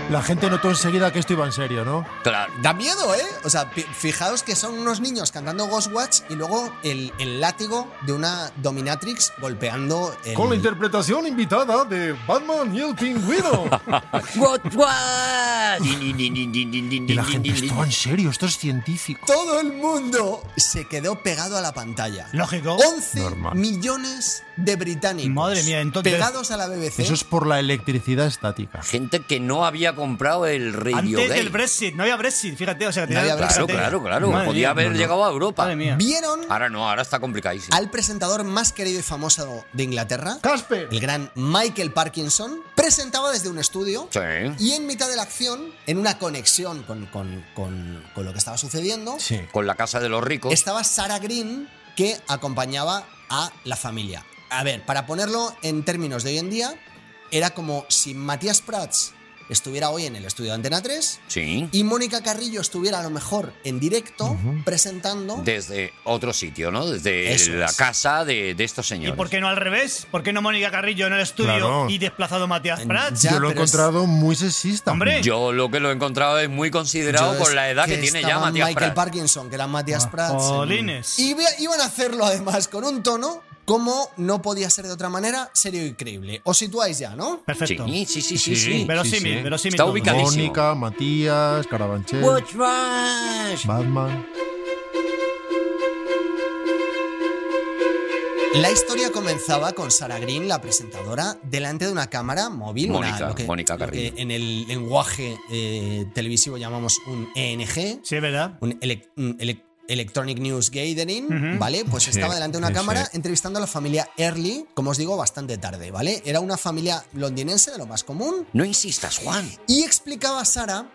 S6: La gente notó enseguida que esto iba en serio, ¿no?
S8: Claro.
S7: da miedo, ¿eh? O sea, pi- fijaos que son unos niños cantando Ghost Watch y luego el, el látigo de una dominatrix golpeando el...
S6: interpretación invitada de Batman y el pingüino.
S9: What, what?
S6: y la gente, esto va en serio, esto es científico.
S7: Todo el mundo se quedó pegado a la pantalla.
S5: Lógico.
S7: 11
S6: Normal.
S7: millones de británicos.
S5: Madre mía, entonces-
S7: Pegados a la BBC.
S6: Eso es por la electricidad estática.
S8: Gente que no había comprado el Radio
S5: Antes
S8: Gate.
S5: del Brexit, no había Brexit, fíjate, o sea, tenía-
S7: había
S8: Claro,
S7: Brexit.
S8: claro, claro.
S5: Madre
S8: Podía
S5: mía,
S8: haber
S5: no, no.
S8: llegado a Europa.
S5: Madre mía.
S7: Vieron
S6: Ah,
S8: Ahora no, ahora está complicadísimo.
S7: al presentador más querido y famoso de Inglaterra,
S6: ¡Casper!
S7: el gran Michael Parkinson, presentaba desde un estudio.
S8: Sí.
S7: Y en mitad de la acción, en una conexión con, con- con- con lo que estaba sucediendo,
S6: Sí.
S8: Con la casa de los ricos.
S7: estaba Sarah Green que acompañaba a la familia. A ver, para ponerlo en términos de hoy en día, era como si Matías Prats estuviera hoy en el estudio de Antena 3
S8: Sí.
S7: y Mónica Carrillo estuviera a lo mejor en directo presentando.
S8: Desde otro sitio, ¿no? Desde
S7: Eso
S8: la
S7: es.
S8: casa de, de estos
S5: ¿Y
S8: señores.
S5: por qué no al revés? ¿por qué no Mónica Carrillo en el estudio
S6: Claro.
S5: y desplazado Matías
S7: En-
S5: Prats?
S7: Ya,
S6: Yo lo he
S7: pero es-
S6: encontrado muy sexista.
S5: Hombre.
S8: Yo lo que lo he encontrado es muy considerado
S7: Yo
S8: por
S7: es
S8: la edad que, tiene ya
S7: estaban
S8: Matías
S7: Michael
S8: Prats.
S7: Parkinson, que era Matías
S5: Ah,
S7: Prats. en-
S5: jolines.
S7: Y ve- iban a hacerlo además con un tono como no podía ser de otra manera, serio y creíble. Os situáis ya, ¿no?
S5: Perfecto.
S8: Sí, sí, sí, sí, sí.
S6: Sí.
S5: Verosímil,
S6: sí.
S5: verosímil.
S8: Está
S5: todo.
S8: ubicadísimo.
S6: Mónica, Matías, Carabanchel,
S9: What, what?
S6: Batman.
S7: La historia comenzaba con Sarah Green, la presentadora, delante de una cámara móvil, una-
S8: Mónica,
S7: lo que,
S8: Mónica
S7: lo que
S8: Carrillo.
S7: en el lenguaje eh, televisivo llamamos un ENG,
S5: Sí, es verdad.
S7: un, elec- un elec- Electronic News Gathering,
S5: Ujú.
S7: ¿vale? Pues
S6: Sí,
S7: estaba delante de una
S6: sí,
S7: cámara
S6: sí.
S7: entrevistando a la familia Early, como os digo, bastante tarde, ¿vale? Era una familia londinense de lo más común
S8: No insistas, Juan.
S7: y explicaba a Sara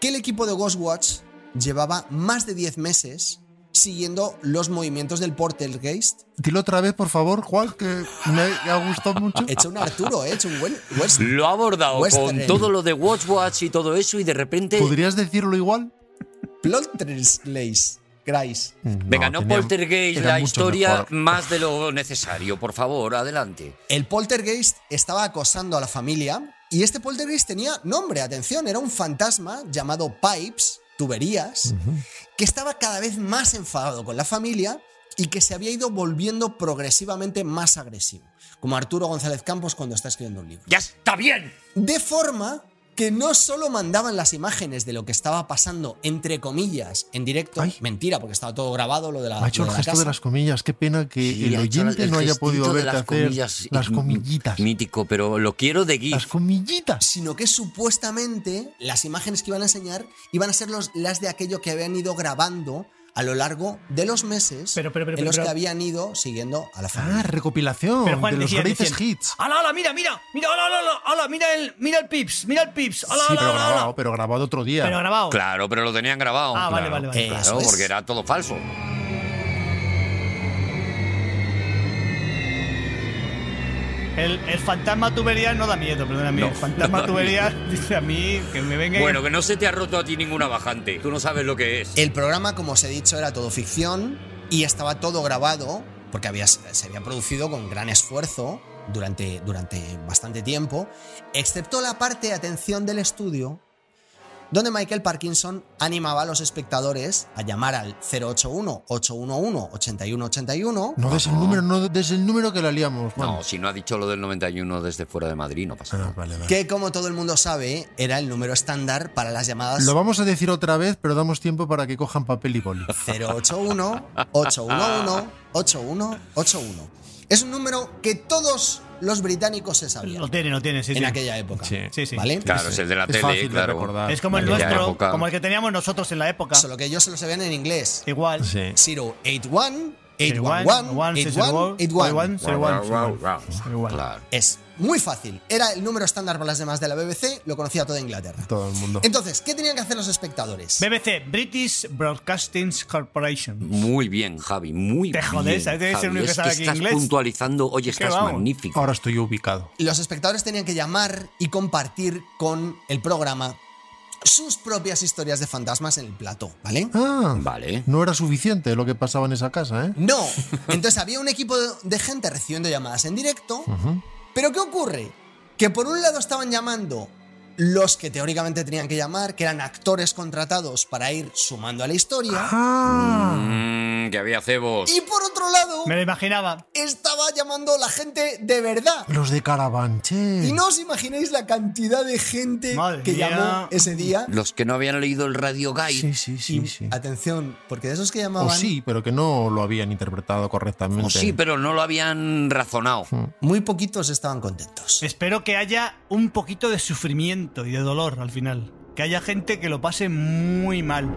S7: que el equipo de Ghostwatch llevaba más de 10 meses siguiendo los movimientos del Portelgeist
S6: Dilo otra vez, por favor, Juan, que me ha gustado mucho.
S7: Hecho un Arturo, eh, hecho un buen. West-
S8: Lo ha abordado
S7: Western.
S8: con todo lo de Watch Watch y todo eso y de repente...
S6: ¿Podrías decirlo igual?
S7: Plot Trailblazers, Grace.
S8: Venga, no,
S6: tenía-
S8: poltergeist
S6: era
S8: la
S6: mucho
S8: historia
S6: mejor.
S8: más de lo necesario. Por favor, adelante.
S7: El poltergeist estaba acosando a la familia y este poltergeist tenía nombre, atención, era un fantasma llamado Pipes, tuberías, que estaba cada vez más enfadado con la familia y que se había ido volviendo progresivamente más agresivo, como Arturo González Campos cuando está escribiendo un libro.
S8: ¡Ya está bien!
S7: De forma que no solo mandaban las imágenes de lo que estaba pasando, entre comillas, en directo,
S6: Ay.
S7: mentira, porque estaba todo grabado lo de la,
S6: Ha hecho
S7: lo
S6: el
S7: de la
S6: gesto
S7: casa.
S6: de las comillas. Qué pena que
S8: Sí,
S6: el
S8: ha hecho
S6: oyente
S8: el
S6: no haya
S8: gestito
S6: podido
S8: de
S6: verte
S8: las
S6: hacer
S8: comillas. Mm,
S6: las comillitas.
S8: Mítico, pero lo quiero de
S6: Las
S8: GIF.
S6: comillitas.
S7: sino que supuestamente las imágenes que iban a enseñar iban a ser los, las de aquello que habían ido grabando a lo largo de los meses
S5: Pero, pero, pero,
S7: en los
S5: pero-
S7: que habían ido siguiendo a la
S6: Ah,
S7: familia.
S6: recopilación
S5: Pero Juan
S6: de los
S5: decía,
S6: greatest
S5: decían,
S6: hits.
S5: ¡Hala, hala, mira, mira! ¡Mira, hala, hala, hala, hala! ¡Mira el, mira el Pips! ¡Mira el Pips! ¡Hala,
S6: Sí,
S5: hala,
S6: pero
S5: hala, hala!
S6: grabado, pero grabado otro día.
S5: Pero grabado.
S8: Claro, pero lo tenían grabado.
S5: Ah, vale,
S8: Claro.
S5: vale, vale.
S7: Eh,
S8: Claro,
S7: Eso es.
S8: porque era todo falso.
S5: El, el fantasma tubería no da miedo, perdóname.
S8: No,
S5: el fantasma
S8: no da
S5: tubería dice a mí que me venga. y-
S8: Bueno, que no se te ha roto a ti ninguna bajante. Tú no sabes lo que
S6: Eh,
S8: es.
S7: El programa, como os he dicho, era todo ficción y estaba todo grabado porque había, se había producido con gran esfuerzo durante, durante bastante tiempo, excepto la parte de atención del estudio donde Michael Parkinson animaba a los espectadores a llamar al 081-811-8181.
S6: No des el número, no des el número que la liamos. Juan.
S8: No, si no ha dicho lo del 91 desde fuera de Madrid, no pasa
S6: Ah,
S8: nada.
S6: vale, vale.
S7: Que como todo el mundo sabe, era el número estándar para las llamadas
S6: Lo vamos a decir otra vez, pero damos tiempo para que cojan papel y boli.
S7: 081-811-8181. Es un número que todos los británicos se sabían
S5: Lo tiene, lo tiene, sí,
S7: en
S5: sí.
S7: aquella época.
S6: Sí.
S5: Sí, sí.
S7: ¿Vale?
S8: Claro, es el de la
S6: Es
S8: tele,
S6: fácil de
S8: claro.
S6: recordar.
S5: Es como el
S8: Aquella
S5: nuestro,
S8: Ah, época.
S5: como el que teníamos nosotros en la época.
S7: Solo que ellos se lo sabían en inglés.
S5: Igual.
S6: Sí.
S7: 081
S5: One,
S7: 811
S5: six, one, one,
S7: 8181
S5: zero,
S8: Guau, guau, guau,
S5: one, zero, one.
S8: guau.
S5: Zero, one.
S8: Claro.
S7: Es muy fácil. Era el número estándar para las demás de la BBC, lo conocía toda Inglaterra.
S6: Todo el
S8: Em,
S6: mundo.
S7: Entonces, ¿qué tenían que hacer los espectadores?
S5: BBC, British Broadcasting Corporation.
S8: Muy bien, Javi, muy
S5: Te
S8: bien.
S5: jodes, ¿sabes? Debe ser
S8: Javi,
S5: el único
S8: es
S5: que sabe
S8: que
S5: aquí
S8: estás
S5: inglés.
S8: puntualizando, oye, estás
S5: vamos.
S8: magnífico.
S6: Ahora estoy ubicado.
S7: Los espectadores tenían que llamar y compartir con el programa sus propias historias de fantasmas en el plató, ¿vale?
S6: Ah,
S8: Vale.
S6: no era suficiente lo que pasaba en esa casa,
S8: Mm.
S6: ¿eh?
S7: No. Entonces había un equipo de- de gente recibiendo llamadas en directo. Pero ¿qué ocurre? Que por un lado estaban llamando los que teóricamente tenían que llamar, que eran actores contratados para ir sumando a la historia.
S6: Ah,
S8: Mm, que había cebos.
S7: Y por otro lado,
S5: Me lo imaginaba.
S7: estaba llamando la gente de verdad.
S6: los de Carabanchel.
S7: Y no os imagináis la cantidad de gente
S5: Mm. Madre
S7: que
S5: mía.
S7: llamó ese día.
S8: Los que no habían leído el Radio Guide.
S6: Sí, sí, sí, sí.
S7: Atención, porque de esos que llamaban,
S6: O sí, pero que no lo habían interpretado correctamente.
S8: O Oh, sí, pero no lo habían razonado.
S6: Mm.
S7: muy poquitos estaban contentos.
S6: Eh.
S5: Espero que haya un poquito de sufrimiento y de dolor al final. Que haya gente que lo pase muy mal.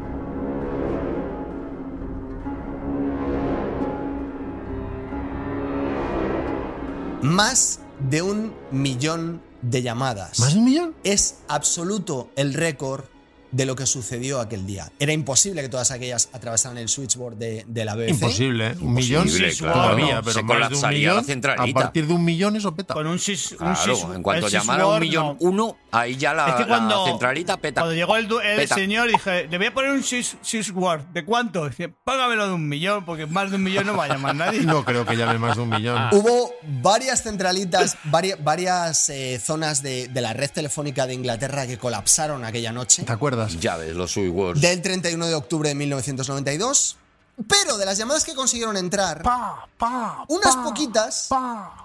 S7: Más de un millón de llamadas.
S6: ¿Más de un millón?
S7: es absoluto el récord de lo que sucedió aquel día. Era imposible que todas aquellas atravesaran el switchboard de, de la BBC.
S6: Imposible, ¿eh? Un millón
S8: Imposible,
S6: sí,
S8: claro.
S6: todavía,
S8: Se
S6: pero más de un
S8: colapsaría la
S6: millón. a
S8: centralita.
S6: partir de un millón eso peta.
S5: Con un sis. un sis-
S8: Claro, en cuanto
S5: el
S8: llamara a un
S5: sisword,
S8: millón
S5: no.
S8: uno, ahí ya la,
S5: Es que
S8: la
S5: cuando,
S8: centralita peta.
S5: cuando llegó el, du- el
S8: Peta.
S5: señor, dije, le voy a poner un sis, sis word. ¿De cuánto? Dice, págamelo de un millón, porque más de un millón no va a llamar nadie.
S6: No creo que llame más de un millón.
S8: Ah.
S7: Hubo varias centralitas, vari- varias eh, zonas de, de la red telefónica de Inglaterra que colapsaron aquella noche,
S6: ¿Te acuerdas?
S8: Ya ves, los Uyghurs.
S7: del 31 de octubre de 1992. Pero de las llamadas que consiguieron entrar, unas poquitas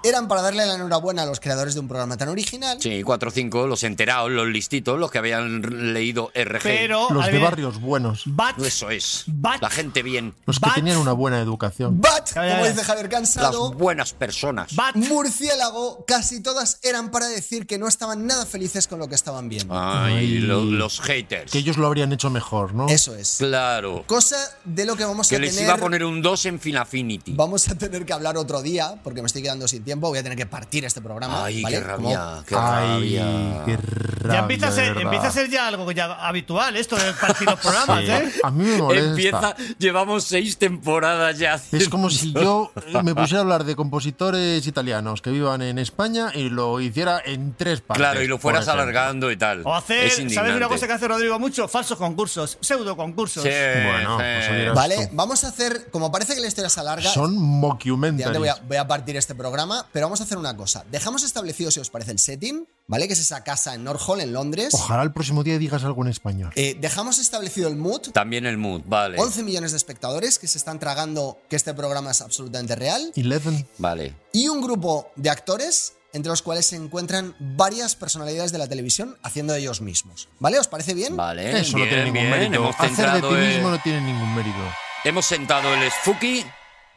S7: eran para darle la enhorabuena a los creadores de un programa tan original.
S8: Sí, 4 o 5, los enterados, los listitos, los que habían r- leído RG.
S5: Pero.
S6: Los de
S5: había-
S6: barrios buenos.
S5: Bat.
S8: Eso es.
S5: Bat-
S8: La gente bien.
S6: Los que
S5: Bats.
S6: tenían una buena educación.
S7: But,
S5: Ya, ya,
S7: como
S5: ya.
S7: dice Javier
S8: Las
S7: Cansado,
S8: buenas personas.
S5: Bat.
S7: murciélago, casi todas eran para decir que no estaban nada felices con lo que estaban viendo.
S8: Ay,
S6: Ay.
S8: lo- los haters.
S6: Que ellos lo habrían hecho mejor, ¿no?
S7: Eso es.
S8: Claro.
S7: Cosa de lo que vamos
S8: Que
S7: a
S8: les
S7: tener.
S8: iba a poner un 2 en Finafinity.
S7: Vamos a tener que hablar otro día, porque me estoy quedando sin tiempo. Voy a tener que partir este programa.
S8: Ay,
S7: ¿vale?
S8: qué
S7: Como-
S8: rabia, qué
S6: Ay,
S8: rabia.
S6: qué rabia,
S5: Ya empieza a,
S6: de
S5: ser,
S6: verdad.
S5: empieza a ser ya algo ya habitual esto de partir los
S6: Sí.
S5: programas, ¿eh?
S6: A mí me molesta.
S8: Empieza, llevamos seis temporadas ya.
S6: Es como si yo eh, me pusiera a hablar de compositores italianos que vivan en España y lo hiciera en tres partes.
S8: Claro, y lo fueras
S6: por ejemplo.
S8: alargando y tal.
S5: O hacer,
S8: Es
S5: ¿sabes una
S8: indignante.
S5: cosa que hace Rodrigo mucho? Falsos concursos, pseudo concursos.
S8: Sí,
S6: Bueno,
S8: sí.
S6: pues hubiera-
S7: ¿Vale? Vamos a hacer. Como parece que la historia se alarga.
S6: Son
S7: de antes
S6: mockumentaries.
S7: voy a, voy a partir este programa, pero vamos a hacer una cosa. Dejamos establecido, si os parece, el setting, ¿vale? Que es esa casa en North Hall, en Londres.
S6: Ojalá el próximo día digas algo en español.
S7: Eh, dejamos establecido el mood,
S8: También el mood, vale.
S7: 11 millones de espectadores que se están tragando que este programa es absolutamente real
S6: Eleven.
S8: Vale.
S7: y un grupo de actores entre los cuales se encuentran varias personalidades de la televisión haciendo de ellos mismos. ¿Vale? ¿Os parece bien?
S8: Vale.
S6: Eso no
S8: bien,
S6: tiene ningún
S8: bien.
S6: mérito.
S8: Hemos,
S6: Hacer de ti
S8: centrado eh.
S6: mismo
S8: el-
S6: no tiene ningún mérito.
S8: hemos sentado el Sfuki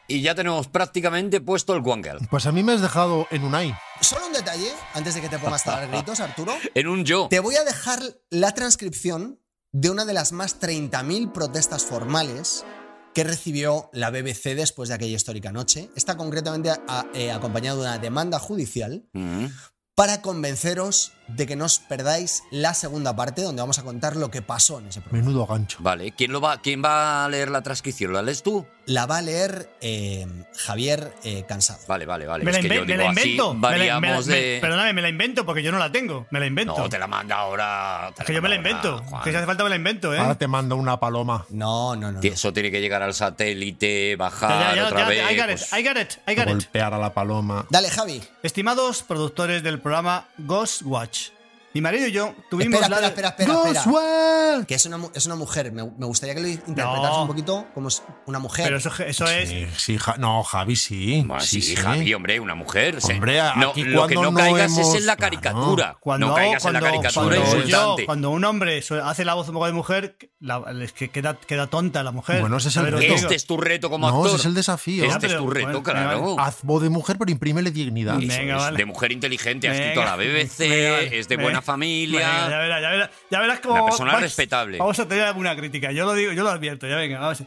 S8: y ya tenemos prácticamente puesto el Wangel.
S6: Pues a mí me has dejado en un ay.
S7: Solo un detalle, antes de que te pongas a dar gritos, Arturo.
S8: En un yo.
S7: Te voy a dejar la transcripción de una de las más 30.000 protestas formales que recibió la BBC después de aquella histórica noche. Está concretamente a- eh, acompañado de una demanda judicial
S8: Mm.
S7: para convenceros de que no os perdáis la segunda parte donde vamos a contar lo que pasó en ese programa.
S6: Menudo gancho.
S8: Vale. ¿Quién, lo va, ¿Quién va a leer la transcripción? ¿La lees tú?
S7: La va a leer eh, Javier eh, Cansado.
S8: Vale, vale, vale.
S5: Me la,
S8: es que
S5: inven-
S8: yo
S5: me
S8: digo
S5: la
S8: así,
S5: invento. me la- me la-
S8: variamos
S5: me-
S8: de.
S5: perdóname, me la invento porque yo no la tengo. Me la invento.
S8: no, te la manda ahora. te
S5: que yo me la
S8: manda ahora,
S5: invento.
S8: Juan.
S5: que si hace falta me la invento, ¿eh?
S6: Ahora te mando una paloma.
S7: No, no, no. no.
S8: Ti- Eso tiene que llegar al satélite,
S5: Ya,
S8: bajar
S5: ya,
S8: otra
S5: ya,
S8: vez.
S5: I got it,
S8: pues-
S5: I got it, I got it.
S6: Golpear a la paloma.
S7: Dale, Javi.
S5: Estimados productores del programa Ghost Watch, Mi marido y yo tuvimos
S7: Espera,
S5: la
S7: espera,
S5: de-
S7: espera, espera,
S5: ¡No,
S7: espera.
S6: ¡Josué!
S7: Que es una, mu- es una mujer. Me, me gustaría que lo interpretaras
S5: No.
S7: un poquito como es una mujer.
S5: Pero eso, eso es.
S6: Sí, sí, Ja- no, Javi sí.
S8: Ah,
S6: sí,
S8: sí,
S6: sí.
S8: Javi, hombre, una mujer. se-
S6: Hombre, aquí
S8: no, lo que
S6: cuando
S8: no,
S6: no
S8: caigas
S6: hemos-
S8: es en la
S6: Claro.
S8: caricatura.
S5: Cuando,
S8: no caigas
S5: cuando,
S8: en la caricatura
S5: cuando
S8: insultante.
S5: yo- cuando un hombre su- hace la voz un poco de mujer, la- es que queda, queda tonta la mujer.
S6: Bueno, ese es el
S5: ¿Sabes lo que
S6: reto.
S5: te digo?
S8: Este es tu reto como
S6: No,
S8: actor.
S6: ese es el desafío.
S5: Ya,
S8: Este es
S5: pero,
S8: tu reto,
S5: bueno,
S8: claro.
S6: Haz voz de mujer, pero imprímele dignidad.
S8: Eso
S5: Venga,
S8: es,
S5: vale.
S8: De mujer inteligente, ha
S5: Venga,
S8: escrito a la BBC,
S5: venga, vale,
S8: es de
S5: venga.
S8: buena familia.
S5: Venga, ya verás, ya verás, ya verás cómo.
S8: Una persona
S5: vais-
S8: respetable.
S5: Vamos a tener alguna crítica. Yo lo digo, yo lo advierto. Ya venga, vamos.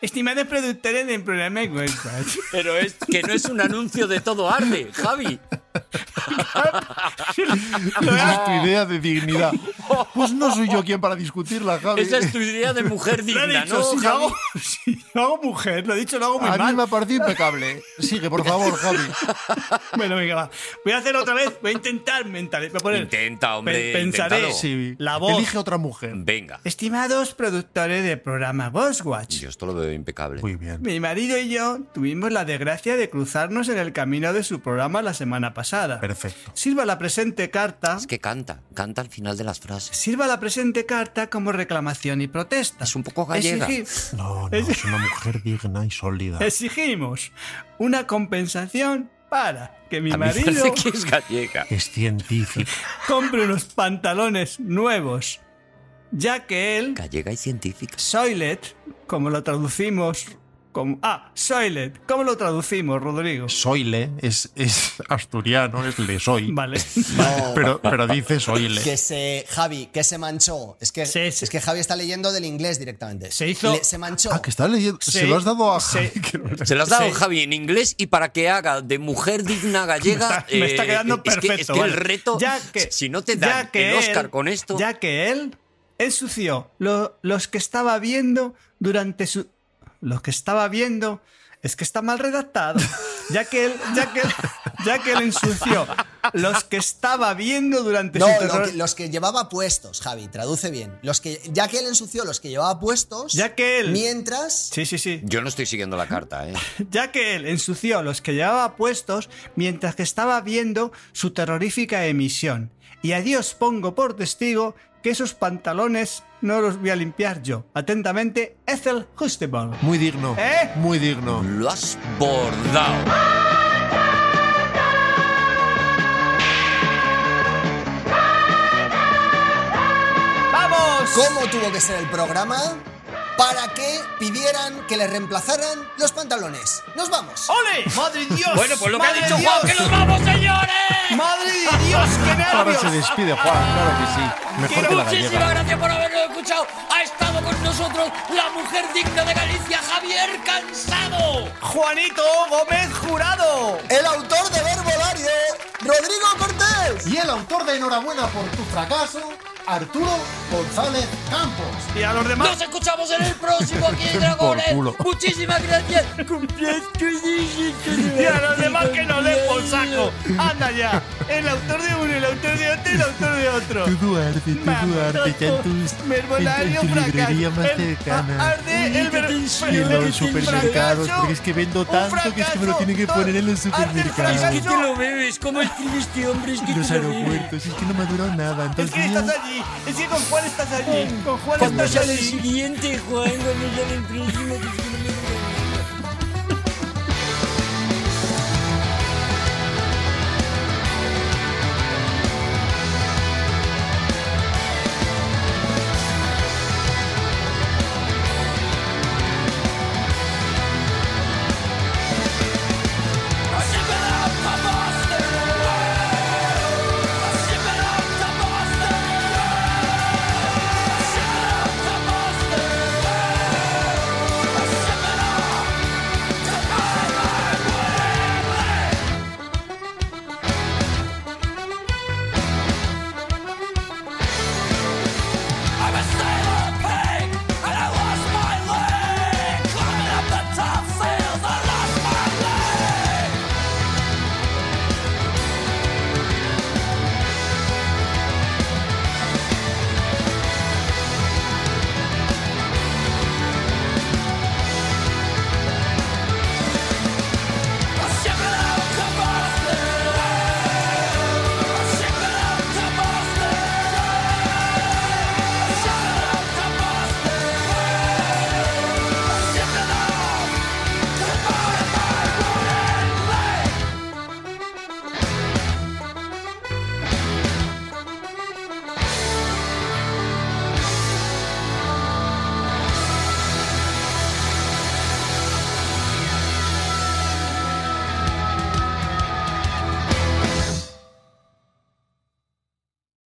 S5: Estimados productores de programa encuentras.
S8: Pero es que no es un anuncio de todo arde, Javi.
S6: Es tu idea de dignidad. Pues no soy yo quien para discutirla, Javi.
S8: Esa es tu idea de mujer
S5: Lo he
S8: digna,
S5: dicho,
S8: ¿no?
S5: si, lo
S8: Javi?
S5: hago, si lo hago mujer, lo he dicho, lo hago muy
S6: A mí
S5: mal.
S6: me ha parecido impecable. Sigue, por favor, Javi.
S5: Bueno, venga, va. Voy a hacer otra vez, voy a intentar mental. Voy a poner.
S8: Intenta, hombre,
S5: Pe- pensaré,
S8: inténtalo.
S6: Sí.
S5: La voz.
S6: Elige otra mujer.
S8: Venga.
S5: Estimados productores del programa Ghostwatch.
S8: Yo esto lo veo impecable.
S6: Muy bien.
S5: Mi marido y yo tuvimos la desgracia de cruzarnos en el camino de su programa la semana pasada.
S6: Perfecto.
S5: Sirva la presente carta.
S8: Es que canta, canta al final de las frases.
S5: Sirva la presente carta como reclamación y protesta.
S8: Es un poco gallega.
S5: Exigi-
S6: No, no, es una mujer digna y sólida.
S5: exigimos una compensación para que mi
S8: a mí me
S5: marido
S8: parece que es gallega.
S6: Es científica.
S5: compre unos pantalones nuevos, ya que él,
S8: Gallega y científica.
S5: Soilet, como lo traducimos, como, ah, Soilet, ¿cómo lo traducimos, Rodrigo?
S6: Soyle es, es asturiano, es le soy.
S5: Vale.
S7: No,
S6: Pero, pero dice
S7: que
S6: soyle.
S7: se. Javi, que se manchó. Es que,
S5: Sí, sí.
S7: es que Javi está leyendo del inglés directamente.
S5: Se hizo-
S7: Le- se manchó.
S6: Ah, que está leyendo. Se
S5: Sí,
S6: lo has dado a
S5: sí.
S6: Javi. que no era.
S8: Se las has dado,
S5: Sí.
S8: Javi, en inglés y para que haga de mujer digna gallega.
S5: me está
S8: eh,
S5: quedando
S8: es que-
S5: perfecto.
S8: Es que, el
S5: vale.
S8: reto,
S5: Ya que-
S8: si no te
S5: ya
S8: dan
S5: que
S8: el Oscar
S5: él-
S8: con esto,
S5: Ya que él ensució lo- los que estaba viendo durante su. Los que estaba viendo. Es que está mal redactado. Ya que él, ya que él, ya que él ensució los que estaba viendo durante
S7: No,
S5: su.
S7: lo
S5: terror-
S7: que- los que llevaba puestos, Javi, traduce bien. Los que, ya que él ensució los que llevaba puestos,
S5: Ya que él-
S7: mientras
S5: Sí, sí, sí.
S8: yo no estoy siguiendo la carta, ¿eh?
S5: Ya que él ensució los que llevaba puestos mientras que estaba viendo su terrorífica emisión. Y a Dios pongo por testigo que esos pantalones no los voy a limpiar yo. Atentamente, Ethel Hustable.
S6: Muy digno.
S5: ¿Eh?
S6: Muy digno.
S8: Lo has bordado.
S5: ¡Vamos!
S7: cómo tuvo que ser el programa para que pidieran que le reemplazaran los pantalones. Nos vamos.
S5: ¡Ole! ¡Madre de Dios!
S8: Bueno, pues lo que ha
S5: ¡Madre
S8: dicho
S5: de
S8: Juan,
S5: Dios!
S8: que nos vamos, señores.
S5: ¡Madre de Dios! ¡Qué
S6: Ahora se
S5: nervios!
S6: despide Juan, claro que sí. Mejor que la
S8: Muchísimas
S6: gallega.
S8: gracias por habernos escuchado. Ha estado con nosotros la mujer digna de Galicia, Javier Cansado.
S5: ¡Juanito Gómez Jurado!
S7: El autor de Verbolario, Rodrigo Cortés.
S4: Y el autor de Enhorabuena por tu fracaso, Arturo González Campos.
S5: Y a los demás.
S8: Nos escuchamos en el próximo aquí en Dragones.
S6: Por culo.
S8: Muchísimas gracias.
S5: Y a los demás que nos den por saco. Anda ya. El autor de uno, el autor de otro y el autor de otro.
S6: Tú, Duarte, tú,
S5: Vamos,
S6: Duarte, ya en tu,
S5: tontos. Verbolario
S6: en tu
S5: fracaso.
S6: librería más
S5: El-
S6: cercana.
S5: Arde el ver-
S6: Y en
S5: el-
S6: los supermercados,
S5: fracaso.
S6: porque es que vendo
S5: Un
S6: tanto que es que me lo
S5: fracaso.
S6: tienen que poner en los
S5: Arde el
S6: supermercados.
S5: fracaso.
S9: ¿Qué te lo bebes? ¿Cómo escribe este hombre? Es que
S6: Los
S9: te lo bebes.
S6: aeropuertos, es que no me ha durado nada.
S5: Es que
S6: Entonces,
S5: estás allí. Es que con Juan estás allí. Con Juan
S9: ¿Cuándo
S5: estás
S9: sale el
S5: allí.
S9: siguiente, Juan? ¿Cuándo sale el próximo? Es que no me